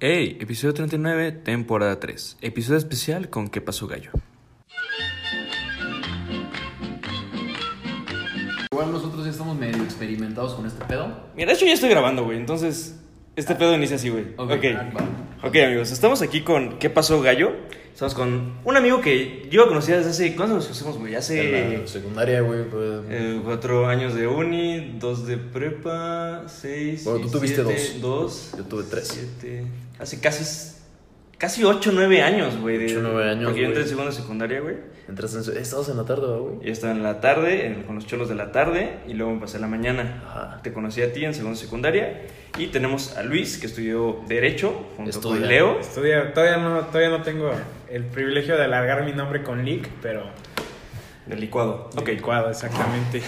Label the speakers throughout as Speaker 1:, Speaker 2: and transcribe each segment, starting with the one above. Speaker 1: Hey, episodio 39, temporada 3. Episodio especial con ¿Qué pasó gallo?
Speaker 2: Igual nosotros ya estamos medio experimentados con este pedo.
Speaker 1: Mira, de hecho ya estoy grabando, güey, entonces este
Speaker 3: Ah.
Speaker 1: pedo inicia así, güey.
Speaker 2: Ok,
Speaker 1: ok.
Speaker 2: va.
Speaker 1: Ok, amigos, estamos aquí con ¿Qué pasó gallo? Estamos con un amigo que yo conocía desde hace... ¿Cuántos nos conocemos, güey?
Speaker 3: En
Speaker 1: Hace
Speaker 3: la secundaria, güey. pues,
Speaker 1: eh, cuatro años de uni, dos de prepa, seis...
Speaker 3: Bueno, tú tuviste
Speaker 1: siete, dos.
Speaker 3: Yo tuve tres.
Speaker 1: siete. hace casi... Casi ocho, nueve años, güey. de-
Speaker 3: Ocho, nueve años,
Speaker 1: Porque yo entré en
Speaker 3: güey.
Speaker 1: segundo de secundaria, güey.
Speaker 3: Entraste en su... Estabas en la tarde, ¿verdad, güey.
Speaker 1: Yo estaba en la tarde, en- con los cholos de la tarde, y luego me pasé a la mañana.
Speaker 3: Ajá.
Speaker 1: Te conocí a ti en segundo de secundaria, y tenemos a Luis, que estudió Derecho, junto
Speaker 3: Estudia.
Speaker 1: con Leo.
Speaker 4: Estudia- todavía no, todavía no tengo el privilegio de alargar mi nombre con Lick, pero
Speaker 1: Del licuado. Ok.
Speaker 4: licuado, exactamente.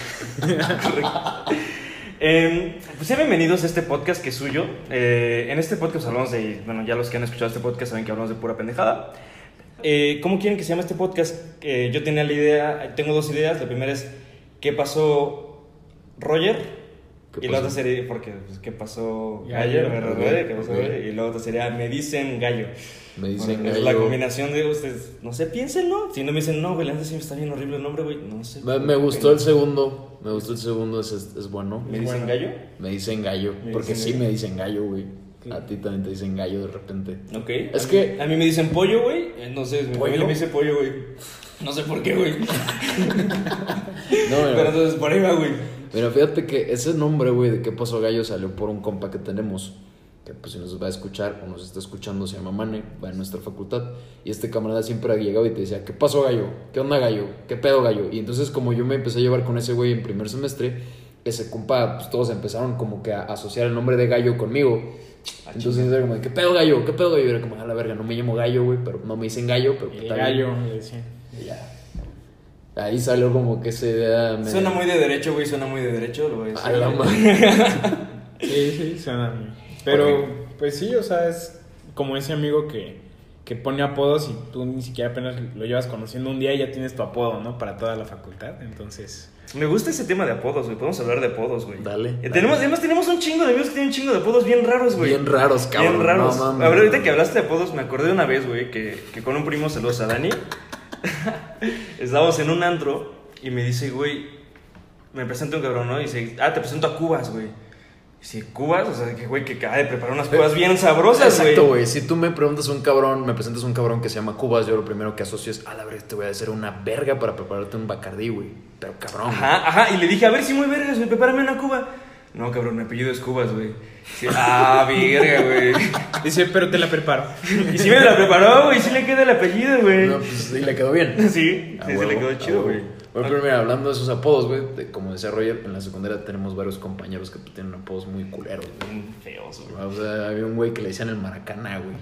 Speaker 1: Em, pues sean bienvenidos a este podcast que es suyo. Eh, en este podcast hablamos de. Bueno, ya los que han escuchado este podcast saben que hablamos de pura pendejada. Eh, ¿Cómo quieren que se llame este podcast? Eh, yo tenía la idea, tengo dos ideas. La primera es: ¿Qué pasó Roger?
Speaker 3: ¿Qué
Speaker 1: y la
Speaker 3: pasó?
Speaker 1: otra sería, porque, pues, ¿qué pasó Gallo?
Speaker 4: Gallo,
Speaker 1: ¿verdad,
Speaker 3: ok,
Speaker 1: Roger? ¿Qué pasó
Speaker 3: ok.
Speaker 1: Roger? Y la otra sería: Me dicen Gallo.
Speaker 3: Me dicen
Speaker 1: Bueno, es
Speaker 3: gallo.
Speaker 1: la combinación de ustedes. No sé, piénsenlo. Si no me dicen, no, güey, la neta sí está bien horrible el nombre, güey. No sé.
Speaker 3: Me, me gustó el segundo. Me gustó el segundo, es, es, es bueno.
Speaker 1: ¿Me dicen
Speaker 4: Bueno.
Speaker 1: Gallo?
Speaker 3: Me dicen gallo.
Speaker 1: Me
Speaker 3: Porque
Speaker 1: dicen
Speaker 3: sí
Speaker 1: gallo.
Speaker 3: me dicen gallo, güey. A ti también te dicen gallo de repente.
Speaker 1: Ok.
Speaker 3: Es
Speaker 1: a
Speaker 3: que-
Speaker 1: Mí, a mí me dicen pollo, güey. Entonces, mi
Speaker 3: ¿Pollo?
Speaker 1: familia me dice pollo, güey. No sé por qué, güey.
Speaker 3: No,
Speaker 1: Pero
Speaker 3: mira,
Speaker 1: entonces, por ahí va, güey.
Speaker 3: mira, fíjate que ese nombre, güey, de qué pasó gallo salió por un compa que tenemos. Que pues si nos va a escuchar o nos está escuchando, se llama Mane, va en nuestra facultad. Y este camarada siempre llegaba y te decía, ¿qué pasó gallo? ¿Qué onda gallo? ¿Qué pedo gallo? Y entonces como yo me empecé a llevar con ese güey en primer semestre, ese compa, pues todos empezaron como que a asociar el nombre de gallo conmigo. Entonces era como, de, ¿qué pedo gallo? ¿Qué pedo gallo? Y era como, a la verga, no me llamo gallo, güey, pero no me dicen gallo, pero pues,
Speaker 4: El
Speaker 3: está bien".
Speaker 4: gallo, le decían.
Speaker 3: Y ya. Ahí salió como que esa idea. medio-
Speaker 1: Suena muy de derecho, güey. Suena muy de derecho, lo voy a decir.
Speaker 3: A la madre.
Speaker 4: Sí, sí, suena bien. Pero, pues sí, o sea, es como ese amigo que, que pone apodos y tú ni siquiera apenas lo llevas conociendo un día y ya tienes tu apodo, ¿no? Para toda la facultad, entonces...
Speaker 1: Me gusta ese tema de apodos, güey. Podemos hablar de apodos, güey.
Speaker 3: Dale,
Speaker 1: Eh,
Speaker 3: dale.
Speaker 1: Tenemos, además, tenemos un chingo de amigos que tienen un chingo de apodos bien raros, güey.
Speaker 3: Bien raros, cabrón.
Speaker 1: Bien raros.
Speaker 3: No mames.
Speaker 1: A ver, ahorita que hablaste de apodos, me acordé de una vez, güey, que, que con un primo, saludos a Dani, estábamos en un antro y me dice, güey, me presenta un cabrón, ¿no? Y dice, ah, te presento a Cubas, güey. Y dice, Cubas, o sea, que güey, que acaba de preparar unas cubas bien sabrosas, güey.
Speaker 3: Exacto, güey. Si tú me preguntas a un cabrón, me presentas a un cabrón que se llama Cubas, yo lo primero que asocio es, a la verga, te voy a hacer una verga para prepararte un bacardí, güey. Pero cabrón. güey.
Speaker 1: Ajá, ajá, y le dije, a ver si muy vergas, güey, prepárame una cuba. No, cabrón, mi apellido es Cubas, güey. Dice, ah, verga, güey.
Speaker 4: Dice, pero te la preparo.
Speaker 1: Y sí me la preparó, güey, sí le queda el apellido, güey.
Speaker 3: No, pues sí, le quedó bien.
Speaker 1: Sí, sí,
Speaker 3: A
Speaker 1: sí,
Speaker 3: huevo,
Speaker 1: le
Speaker 3: a
Speaker 1: quedó chido,
Speaker 3: huevo.
Speaker 1: güey.
Speaker 3: Bueno, pero mira, hablando de esos apodos, güey, de- como decía Roger, en la secundaria tenemos varios compañeros que pues, tienen apodos muy culeros, güey.
Speaker 1: Feos, güey.
Speaker 3: O sea, había un güey que le decían el Maracaná, güey.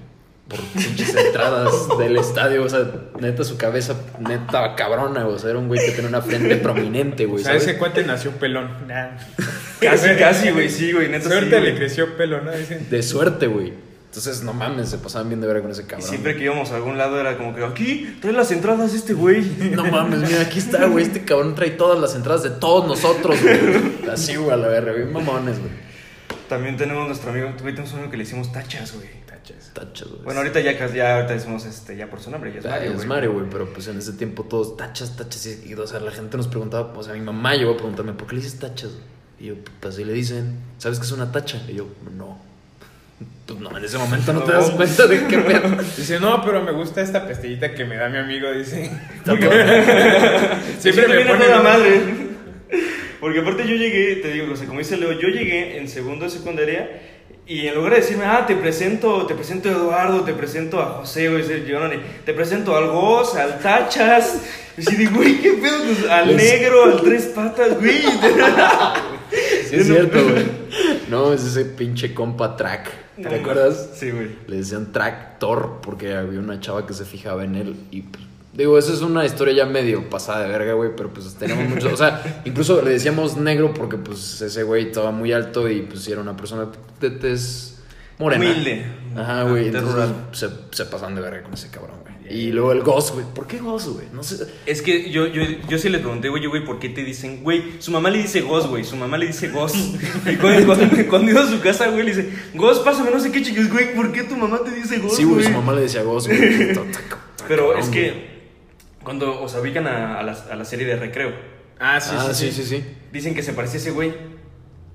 Speaker 3: Por pinches entradas del estadio. O sea, neta, su cabeza, neta, cabrona, güey. O sea, era un güey que tenía una frente prominente,
Speaker 4: O
Speaker 3: güey.
Speaker 4: sea,
Speaker 3: ¿sabes?
Speaker 4: ese cuate nació pelón. Nah.
Speaker 1: Casi, casi, güey, sí, güey, neta sí,
Speaker 4: Suerte
Speaker 1: güey.
Speaker 4: le creció pelo, ¿no? Dicen...
Speaker 3: De suerte, güey. Entonces, no mames, se pasaban bien de ver con ese
Speaker 1: Y
Speaker 3: cabrón.
Speaker 1: siempre que íbamos a algún lado era como que, aquí, trae las entradas este güey.
Speaker 3: No mames, mira, aquí está, güey. Este cabrón trae todas las entradas de todos nosotros, güey. Así, güey, a la verga. Bien mamones, güey.
Speaker 1: También tenemos nuestro amigo, güey, tenemos uno que le hicimos tachas, güey.
Speaker 4: Tachas.
Speaker 3: Tachas, güey.
Speaker 1: Bueno, ahorita ya, casi- ya ahorita decimos, este, ya por su nombre, ya es
Speaker 3: Ah,
Speaker 1: Mario,
Speaker 3: es
Speaker 1: güey.
Speaker 3: Mario, güey, pero pues en ese tiempo todos tachas, tachas, y, y, o sea, la gente nos preguntaba, o sea, mi mamá llegó a preguntarme, ¿por qué le dices tachas? Y yo, pues así le dicen, ¿sabes qué es una tacha? Y yo, no. Pues no, en ese momento no te das cuenta de qué pedo.
Speaker 4: Dice, no, pero me gusta esta pastillita que me da mi amigo, dice.
Speaker 3: Está bueno.
Speaker 4: Siempre me
Speaker 1: viene
Speaker 4: pone
Speaker 1: toda
Speaker 4: una-
Speaker 1: madre. Porque aparte yo llegué, te digo, o sea, como dice Leo, yo llegué en segundo de secundaria y en lugar de decirme, ah, te presento, te presento a Eduardo, te presento a José, güey, ese yo no le- te presento al Goz, al Tachas, y así de, güey, qué pedo, Pues, al
Speaker 3: Les-
Speaker 1: negro, al tres patas, güey.
Speaker 3: Sí, es cierto, güey. No, es ese pinche compa track. ¿Te acuerdas?
Speaker 1: Sí, güey.
Speaker 3: Le decían tractor porque había una chava que se fijaba en él y pues, digo, esa es una historia ya medio pasada de verga, güey, pero pues tenemos muchos, o sea, incluso le decíamos negro porque pues ese güey estaba muy alto y pues era una persona de tez morena.
Speaker 1: Humilde.
Speaker 3: Ajá, güey.
Speaker 1: Ante
Speaker 3: Entonces
Speaker 1: rural.
Speaker 3: se, se pasan de verga con ese cabrón, güey. Y luego el Ghost, güey. ¿Por qué Ghost, güey? No sé.
Speaker 1: Es que yo, yo, yo sí le pregunté, güey, güey, ¿por qué te dicen, güey? Su mamá le dice Gos, güey, su mamá le dice Gos. Y cuando, cuando, cuando iba a su casa, güey, le dice, Gos, pásame no sé qué chicos, güey, ¿por qué tu mamá te dice Gos,
Speaker 3: Sí, güey, su mamá le decía Ghost, güey. Ta- ta- ta-
Speaker 1: Pues, Pero
Speaker 3: cabrón,
Speaker 1: es
Speaker 3: güey.
Speaker 1: que cuando os ubican a, a la, a la serie de recreo,
Speaker 4: Ah, sí,
Speaker 3: Ah,
Speaker 4: sí, sí.
Speaker 3: sí, sí, sí.
Speaker 1: dicen que se parece ese güey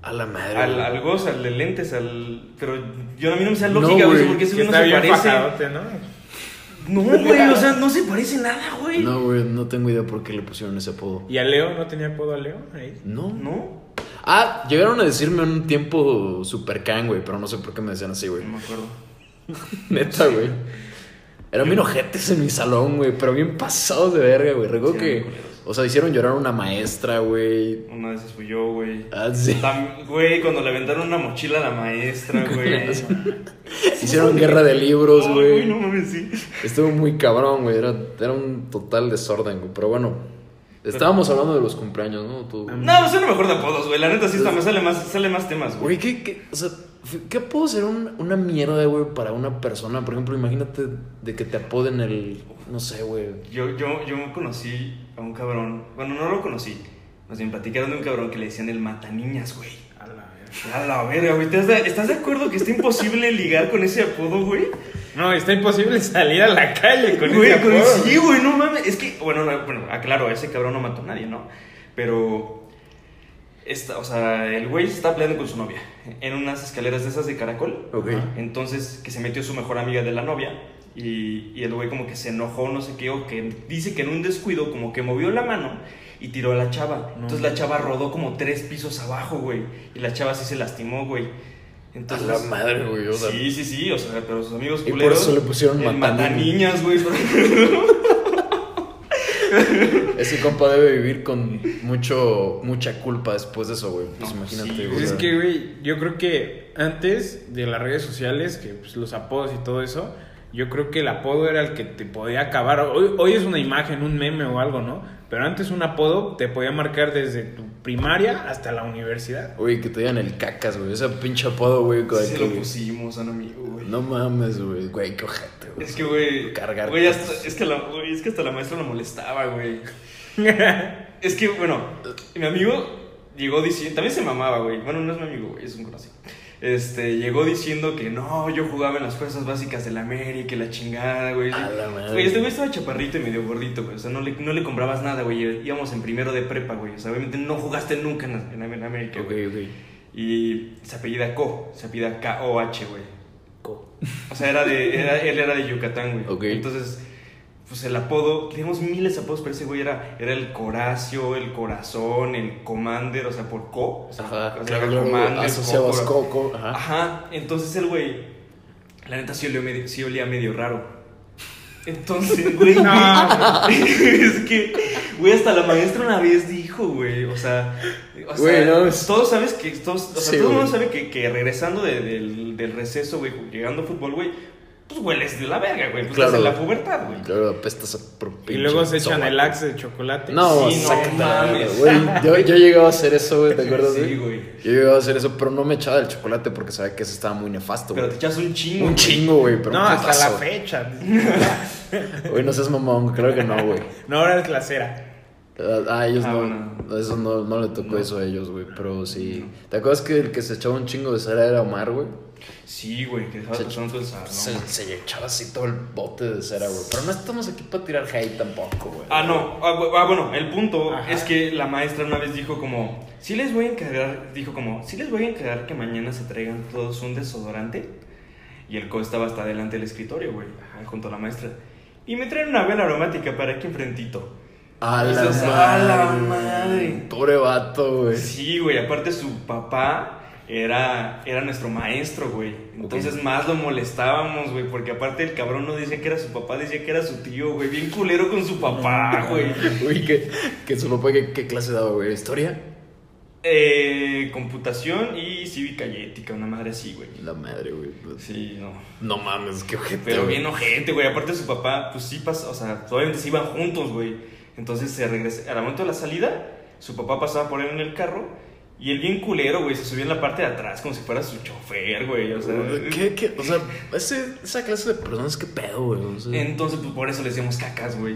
Speaker 3: A la madre.
Speaker 1: al,
Speaker 3: güey.
Speaker 1: al Gos, al de lentes, al... Pero yo a mí no me sea
Speaker 3: No,
Speaker 1: lógica, güey,
Speaker 3: güey,
Speaker 1: porque ese
Speaker 4: Que
Speaker 1: güey no
Speaker 4: está
Speaker 1: se
Speaker 4: bien
Speaker 1: parece.
Speaker 4: fajadote, ¿no?
Speaker 1: No, güey, o sea, no se parece nada, güey.
Speaker 3: No, güey, no tengo idea por qué le pusieron ese apodo.
Speaker 4: ¿Y a Leo? ¿No tenía apodo a Leo? Ahí.
Speaker 3: No.
Speaker 1: ¿No?
Speaker 3: Ah, llegaron a decirme un tiempo super can, güey, pero no sé por qué me decían así, güey.
Speaker 1: No me acuerdo.
Speaker 3: Neta, güey. Eran bien ojetes en mi salón, güey, pero bien pasados de verga, güey. Recuerdo
Speaker 1: Sí, eran
Speaker 3: que,
Speaker 1: culeros.
Speaker 3: o sea, hicieron llorar a una maestra, güey.
Speaker 1: Una de esas fui yo, güey.
Speaker 3: Ah, sí.
Speaker 1: Tam- Güey, cuando le aventaron una mochila a la maestra, güey.
Speaker 3: Hicieron guerra de libros,
Speaker 1: Ay,
Speaker 3: güey.
Speaker 1: No mames, sí.
Speaker 3: Estuvo muy cabrón, güey. Era, era un total desorden, güey. Pero bueno, estábamos hablando de los cumpleaños, ¿no? Tú.
Speaker 1: No, eso no me acuerdo de apodos, güey. La neta sí está,
Speaker 3: Pues
Speaker 1: me sale más, sale más temas, güey.
Speaker 3: Güey, ¿qué, qué, o sea, ¿qué puedo ser un- una mierda, güey, para una persona? Por ejemplo, imagínate de que te apoden el. No sé, güey.
Speaker 1: Yo, yo, yo conocí a un cabrón. Bueno, no lo conocí. Más bien platicaron de un cabrón que le decían el mataniñas, güey.
Speaker 4: A la verga.
Speaker 1: A la verga, güey. ¿Estás de, estás de acuerdo que está imposible ligar con ese apodo, güey?
Speaker 4: No, está imposible salir a la calle con
Speaker 1: Güey,
Speaker 4: ese
Speaker 1: con-
Speaker 4: apodo.
Speaker 1: sí, güey, no mames. Es que, bueno, no, bueno, aclaro, ese cabrón no mató a nadie, ¿no? Pero. Esta, o sea, el güey está peleando con su novia en unas escaleras de esas de caracol.
Speaker 3: Ok.
Speaker 1: Entonces, que se metió su mejor amiga de la novia. Y, y el güey, como que se enojó, no sé qué, o que dice que en un descuido, como que movió la mano y tiró a la chava. Entonces, la chava rodó como tres pisos abajo, güey. Y la chava sí se lastimó, güey.
Speaker 3: A
Speaker 1: Entonces,
Speaker 3: la madre, güey. O sea,
Speaker 1: sí, sí, sí, o sea, pero sus amigos
Speaker 3: Y por
Speaker 1: culeros.
Speaker 3: eso le pusieron
Speaker 1: el
Speaker 3: mataniñas.
Speaker 1: mataniñas, güey.
Speaker 3: Ese compa debe vivir con mucho, mucha culpa después de eso, güey. Pues
Speaker 1: No,
Speaker 3: imagínate,
Speaker 1: sí,
Speaker 3: güey.
Speaker 4: Pues es que, güey, yo creo que antes de las redes sociales, que pues, los apodos y todo eso, yo creo que el apodo era el que te podía acabar. Hoy, hoy es una imagen, un meme o algo, ¿no? Pero antes un apodo te podía marcar desde tu primaria hasta la universidad.
Speaker 3: Güey, que te digan el cacas, güey. Ese pinche apodo, güey. con
Speaker 1: Se
Speaker 3: que-
Speaker 1: lo pusimos a un amigo, güey.
Speaker 3: No mames, güey. Güey, qué ojete, güey.
Speaker 1: Es que, güey.
Speaker 3: Cargar
Speaker 1: güey,
Speaker 3: cosas.
Speaker 1: hasta- es, que la, güey, es que hasta la maestra lo molestaba, güey. es que, bueno, mi amigo llegó diciendo. También se mamaba, güey. Bueno, no es mi amigo, güey, es un conocido. Este, llegó diciendo que no, yo jugaba en las fuerzas básicas del América, y la chingada, güey.
Speaker 3: A la madre.
Speaker 1: Güey, este güey estaba chaparrito y medio gordito, güey. O sea, no le, no le comprabas nada, güey. Íbamos en primero de prepa, güey. O sea, obviamente no jugaste nunca en, en América,
Speaker 3: Ok,
Speaker 1: güey.
Speaker 3: ok.
Speaker 1: Y se apellida Co, se apellida K-O-H, güey. O sea, era de, era- él era de Yucatán, güey.
Speaker 3: Ok.
Speaker 1: Entonces, pues el apodo, tenemos miles de apodos, pero ese güey era, era el Coracio, el Corazón, el Commander, o sea, por Co. O sea,
Speaker 3: Ajá,
Speaker 1: o sea,
Speaker 3: claro,
Speaker 1: era
Speaker 3: claro.
Speaker 1: Commander,
Speaker 3: güey. Asociabas
Speaker 1: Co, Cora-
Speaker 3: coco. Ajá.
Speaker 1: Ajá, entonces el güey, la neta sí olía medio, sí olía medio raro. Entonces, güey,
Speaker 4: No.
Speaker 1: es que, güey, hasta la maestra una vez dijo, güey, o sea, o sea,
Speaker 3: Güey, no, es-
Speaker 1: todos sabes que, todos, o sea,
Speaker 3: Sí,
Speaker 1: todo el mundo
Speaker 3: güey.
Speaker 1: sabe que, que regresando de- del, del receso, güey, llegando a fútbol, güey, pues hueles de la verga, güey, pues
Speaker 3: Claro,
Speaker 1: estás en la
Speaker 3: güey.
Speaker 1: pubertad, güey.
Speaker 3: Claro, apestas a por pinche
Speaker 4: Y luego se echan
Speaker 3: sobaco.
Speaker 4: el axe de chocolate.
Speaker 3: No,
Speaker 1: Sí, no
Speaker 3: exactamente,
Speaker 1: mames.
Speaker 3: güey. Yo, yo llegaba a hacer eso, güey, ¿te acuerdas,
Speaker 1: Sí,
Speaker 3: güey?
Speaker 1: güey.
Speaker 3: Yo llegaba a hacer eso, pero no me echaba el chocolate porque sabía que eso estaba muy nefasto,
Speaker 1: Pero te
Speaker 3: güey.
Speaker 1: echas un chingo.
Speaker 3: Un
Speaker 1: güey.
Speaker 3: chingo, güey, pero
Speaker 4: No,
Speaker 3: ¿qué
Speaker 4: hasta
Speaker 3: pasó?
Speaker 4: la fecha.
Speaker 3: Güey, no seas mamón, claro que no, güey.
Speaker 4: No, ahora es la cera.
Speaker 3: Ah, a ellos
Speaker 1: Ah,
Speaker 3: no.
Speaker 1: bueno.
Speaker 3: Eso no, no le tocó eso a ellos, güey. Pero sí. ¿Te acuerdas que el que se echaba un chingo de cera era Omar, güey?
Speaker 1: Sí, güey, que dejaba
Speaker 3: Se-
Speaker 1: pasando todo el sarro.
Speaker 3: Se, Pues se echaba así todo el bote de cera, güey. Pero no estamos aquí para tirar hate tampoco, güey.
Speaker 1: Ah, no. Ah, bu- ah, bueno, el punto
Speaker 4: Ajá.
Speaker 1: es que la maestra una vez dijo como, sí les voy a encargar, dijo como, sí les voy a encargar que mañana se traigan todos un desodorante. Y el co estaba hasta delante del escritorio, güey, ajá, junto a la maestra. Y me traen una vela aromática para aquí enfrentito.
Speaker 3: A la,
Speaker 1: Eso es-
Speaker 3: madre,
Speaker 1: a la madre.
Speaker 3: Pobre vato, güey.
Speaker 1: Sí, güey, aparte su papá era, era nuestro maestro, güey. Entonces más lo molestábamos, güey, porque aparte el cabrón no decía que era su papá, decía que era su tío, güey. Bien culero con su papá, güey.
Speaker 3: Uy, que, que su papá, ¿qué, qué clase daba, güey? ¿Historia?
Speaker 1: Eh, computación y cívica y ética, una madre así, güey.
Speaker 3: La madre, güey.
Speaker 1: Sí, no.
Speaker 3: No mames, qué ojete.
Speaker 1: Pero
Speaker 3: güey.
Speaker 1: bien ojete, güey. Aparte su papá, pues sí pasa, o sea, obviamente se iban juntos, güey. Entonces se regresa, al momento de la salida, su papá pasaba por él en el carro Y el bien culero, güey, se subió en la parte de atrás como si fuera su chofer, güey. O sea,
Speaker 3: ¿Qué, qué? O sea, ese- esa clase de personas, qué pedo, güey. O sea,
Speaker 1: Entonces, pues por eso le decíamos cacas, güey.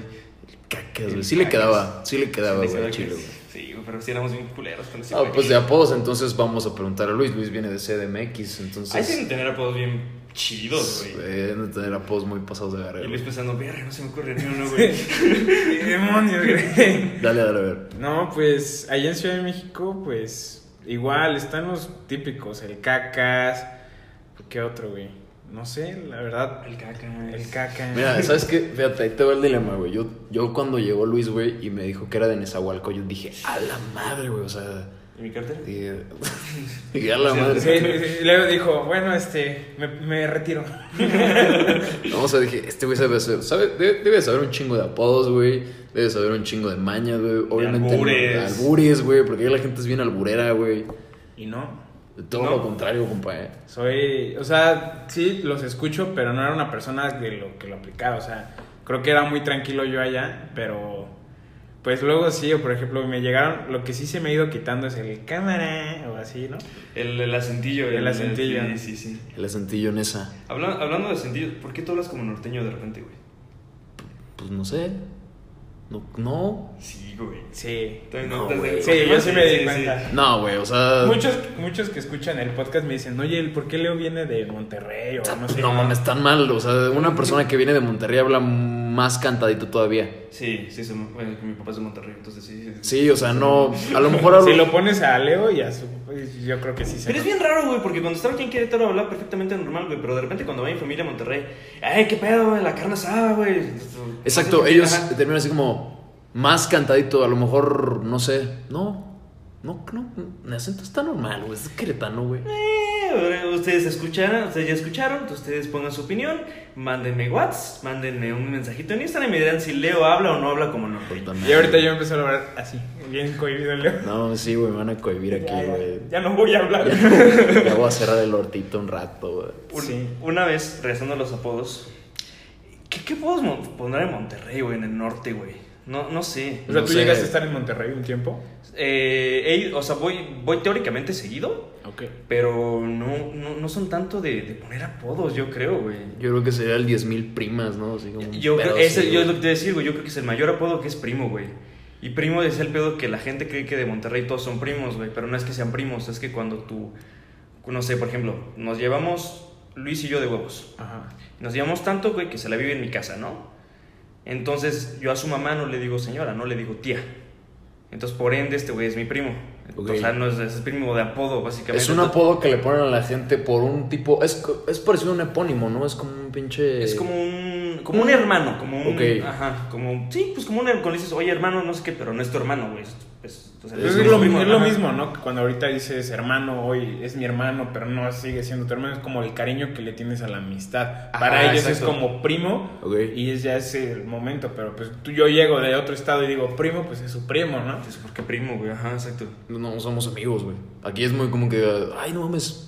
Speaker 3: cacas, güey. Sí le quedaba, sí le quedaba,
Speaker 1: Sí,
Speaker 3: güey, al chile, güey.
Speaker 1: Sí, güey, pero sí éramos bien culeros con ese
Speaker 3: Ah,
Speaker 1: güey.
Speaker 3: pues de apodos, entonces vamos a preguntar a Luis. Luis viene de CDMX, entonces.
Speaker 1: Ahí tienen que tener apodos bien chidos,
Speaker 3: eh,
Speaker 1: güey.
Speaker 3: deben de tener apodos muy pasados de
Speaker 1: Y
Speaker 3: verga.
Speaker 1: Luis
Speaker 3: güey.
Speaker 1: pensando, verga, no se me ocurre ni uno, güey.
Speaker 4: ¡Qué demonios, güey!
Speaker 3: Dale, dale, a ver.
Speaker 4: No, pues allá en Ciudad de México, pues igual están los típicos, el cacas, ¿qué otro, güey? No sé, la verdad,
Speaker 1: El caca.
Speaker 4: el caca.
Speaker 3: Mira, ¿sabes qué? Fíjate, ahí te va el dilema, güey. Yo, yo cuando llegó Luis, güey, y me dijo que era de Nezahualco, yo dije, a la madre, güey. O sea,
Speaker 1: ¿Y mi cartera?
Speaker 3: dije, dije, a la
Speaker 1: Sí,
Speaker 4: Sí,
Speaker 3: madre.
Speaker 4: sí, sí. Luego dijo, bueno, este, me, me retiro.
Speaker 3: No, o sea, dije, este güey sabe, hacer- sabe debe, debe saber un chingo de apodos, güey. Debe saber un chingo de mañas, güey. Obviamente. no, de
Speaker 1: albures.
Speaker 3: albures, güey, porque ahí la gente es bien alburera, güey.
Speaker 4: Y no,
Speaker 3: De Todo
Speaker 1: No.
Speaker 3: lo contrario, compa, eh.
Speaker 4: soy, o sea, sí, los escucho, pero no era una persona de lo que lo aplicaba, o sea, creo que era muy tranquilo yo allá, pero pues luego sí, o por ejemplo, me llegaron, lo que sí se me ha ido quitando es el cámara o así, ¿no?
Speaker 1: El, el acentillo.
Speaker 4: El acentillo.
Speaker 1: Sí, sí, sí.
Speaker 3: El acentillo en esa.
Speaker 1: Habla- hablando de acentillo, ¿por qué tú hablas como norteño de repente, güey?
Speaker 3: Pues no sé. No. No,
Speaker 1: Sí, güey.
Speaker 4: Sí.
Speaker 1: Entonces,
Speaker 3: No,
Speaker 1: te-
Speaker 3: güey.
Speaker 4: Sí, yo sí me di
Speaker 1: sí.
Speaker 4: cuenta.
Speaker 3: no güey, o sea.
Speaker 4: Muchos, muchos que escuchan el podcast me dicen, oye, ¿por qué Leo viene de Monterrey? O no sé.
Speaker 3: No mames, tan mal. O sea, una persona que viene de Monterrey habla más cantadito todavía.
Speaker 1: Sí, sí, se- bueno, es que mi papá es de Monterrey, entonces sí. sí, sí.
Speaker 3: Sí, o sea, no. A lo mejor hablo.
Speaker 4: Si lo pones a Leo y a su... pues, Yo creo que sí se
Speaker 1: Pero es
Speaker 4: nota.
Speaker 1: bien raro, güey, porque cuando estaba aquí en Querétaro hablaba perfectamente normal, güey, pero de repente cuando va mi familia a Monterrey, ¡ay, qué pedo, güey! La carne asada, güey.
Speaker 3: Exacto,
Speaker 1: Ajá.
Speaker 3: ellos terminan así como más cantadito, a lo mejor, no sé. No, no, no, mi acento está normal, güey. Es queretano, güey.
Speaker 1: Eh, ahora Ustedes escucharon, ustedes ya escucharon, entonces ustedes pongan su opinión, mándenme WhatsApp, mándenme un mensajito en Instagram y me dirán si Leo habla o no habla como no.
Speaker 4: Y ahorita yo empecé a hablar así, bien cohibido Leo.
Speaker 3: No, sí, güey, me van a cohibir aquí,
Speaker 4: Ya, ya,
Speaker 3: güey.
Speaker 4: ya no voy a hablar.
Speaker 3: Ya, ya voy a cerrar el hortito un rato, güey.
Speaker 1: Un-
Speaker 4: Sí.
Speaker 1: Una vez, regresando a los apodos, ¿qué, qué apodos mon- pondrá en Monterrey, güey, en el norte, güey? No, no sé.
Speaker 4: O sea,
Speaker 3: No
Speaker 4: tú
Speaker 3: sé.
Speaker 4: llegaste a estar en Monterrey un tiempo.
Speaker 1: Eh, ey, o sea, voy, voy teóricamente seguido,
Speaker 4: Ok.
Speaker 1: pero no, no, no son tanto de, de poner apodos, yo creo, güey.
Speaker 3: Yo creo que sería el 10.000 primas, ¿no? Así como un
Speaker 1: Yo creo,
Speaker 3: pedo
Speaker 1: ese-
Speaker 3: así,
Speaker 1: yo es lo
Speaker 3: güey.
Speaker 1: que te iba a decir, güey, yo creo que es el mayor apodo que es primo, güey. Y primo es el pedo que la gente cree que de Monterrey todos son primos, güey, pero no es que sean primos, es que cuando tú, no sé, por ejemplo, nos llevamos Luis y yo de huevos.
Speaker 4: Ajá.
Speaker 1: Nos llevamos tanto, güey, que se la vive en mi casa, ¿no? Entonces, yo a su mamá no le digo señora, no le digo tía. Entonces, por ende, este güey es mi primo.
Speaker 3: Ok.
Speaker 1: O sea, no es, es primo de apodo, básicamente.
Speaker 3: Es un
Speaker 1: Entonces,
Speaker 3: apodo que le ponen a la gente por un tipo. Es, co- es parecido a un epónimo, ¿no? Es como un pinche.
Speaker 1: Es como un, como un hermano, como un...
Speaker 3: Eh, Ok.
Speaker 1: Ajá, como... Sí, pues como un... Cuando le dices, oye, hermano, no sé qué, pero no es tu hermano, güey. Es, es- o sea,
Speaker 4: Pues Es,
Speaker 1: es
Speaker 4: lo,
Speaker 1: tu primo,
Speaker 4: es lo
Speaker 1: ajá.
Speaker 4: mismo, ¿no? Que Cuando ahorita dices hermano, hoy es mi hermano, pero no sigue siendo tu hermano. Es como el cariño que le tienes a la amistad. Para
Speaker 1: Ajá,
Speaker 4: ellos es
Speaker 1: exacto.
Speaker 4: como primo
Speaker 3: Ok.
Speaker 4: y es ya ese el momento. Pero pues tú, yo llego de otro estado y digo primo, pues es su primo, ¿no?
Speaker 1: Entonces, ¿por qué primo, güey? Ajá, exacto.
Speaker 3: No somos amigos, güey. Aquí es muy común que. diga, Ay, no mames.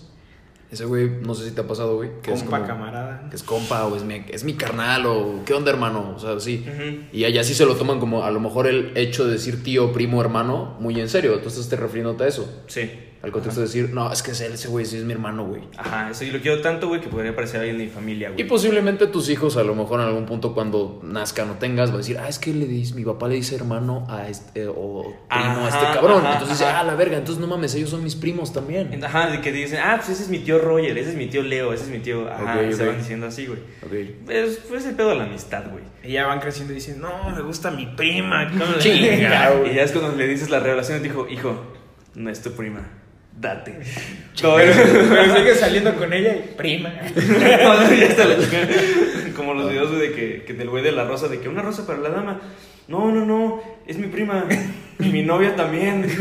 Speaker 3: Ese güey, no sé si te ha pasado, güey. Que es
Speaker 4: Compa,
Speaker 3: como-
Speaker 4: camarada.
Speaker 3: Que es compa o es mi, es mi carnal o qué onda, hermano. O sea, sí.
Speaker 1: Ujú.
Speaker 3: Y allá sí se lo toman como a lo mejor el hecho de decir tío, primo, hermano, muy en serio. Tú estás te refiriéndote a eso.
Speaker 1: Sí.
Speaker 3: Al contexto de decir, no, es que es él, ese güey, sí es mi hermano, güey.
Speaker 1: Ajá, eso yo lo quiero tanto, güey, que podría parecer alguien de mi familia, güey.
Speaker 3: Y pues posiblemente tus hijos, a lo mejor en algún punto cuando nazcan o tengas, va a decir, ah, es que le dice, mi papá le dice hermano a este, eh, o primo a este
Speaker 1: Ajá,
Speaker 3: cabrón.
Speaker 1: ajá,
Speaker 3: entonces dice,
Speaker 1: ajá.
Speaker 3: ah, la verga, entonces no mames, ellos son mis primos también.
Speaker 1: Ajá, de que dicen, ah, pues ese es mi tío Roger, ese es mi tío Leo, ese es mi tío. Ajá,
Speaker 3: Ok,
Speaker 1: y se
Speaker 3: ok.
Speaker 1: van diciendo así, güey.
Speaker 3: Ok.
Speaker 1: Es, pues el pedo de la amistad, güey.
Speaker 4: Y ya van creciendo y dicen, no, me gusta mi prima. ¿cómo la-
Speaker 3: Chinga,
Speaker 1: Y ya es cuando le dices la revelación, dijo, hijo, no es tu prima, date. No,
Speaker 4: Pero,
Speaker 1: es-
Speaker 4: pero sigue saliendo con ella y prima.
Speaker 1: Ya está la- Como los videos güey, de que, que del güey de la rosa, de que una rosa para la dama. No, no, no, es mi prima. Y mi novia también.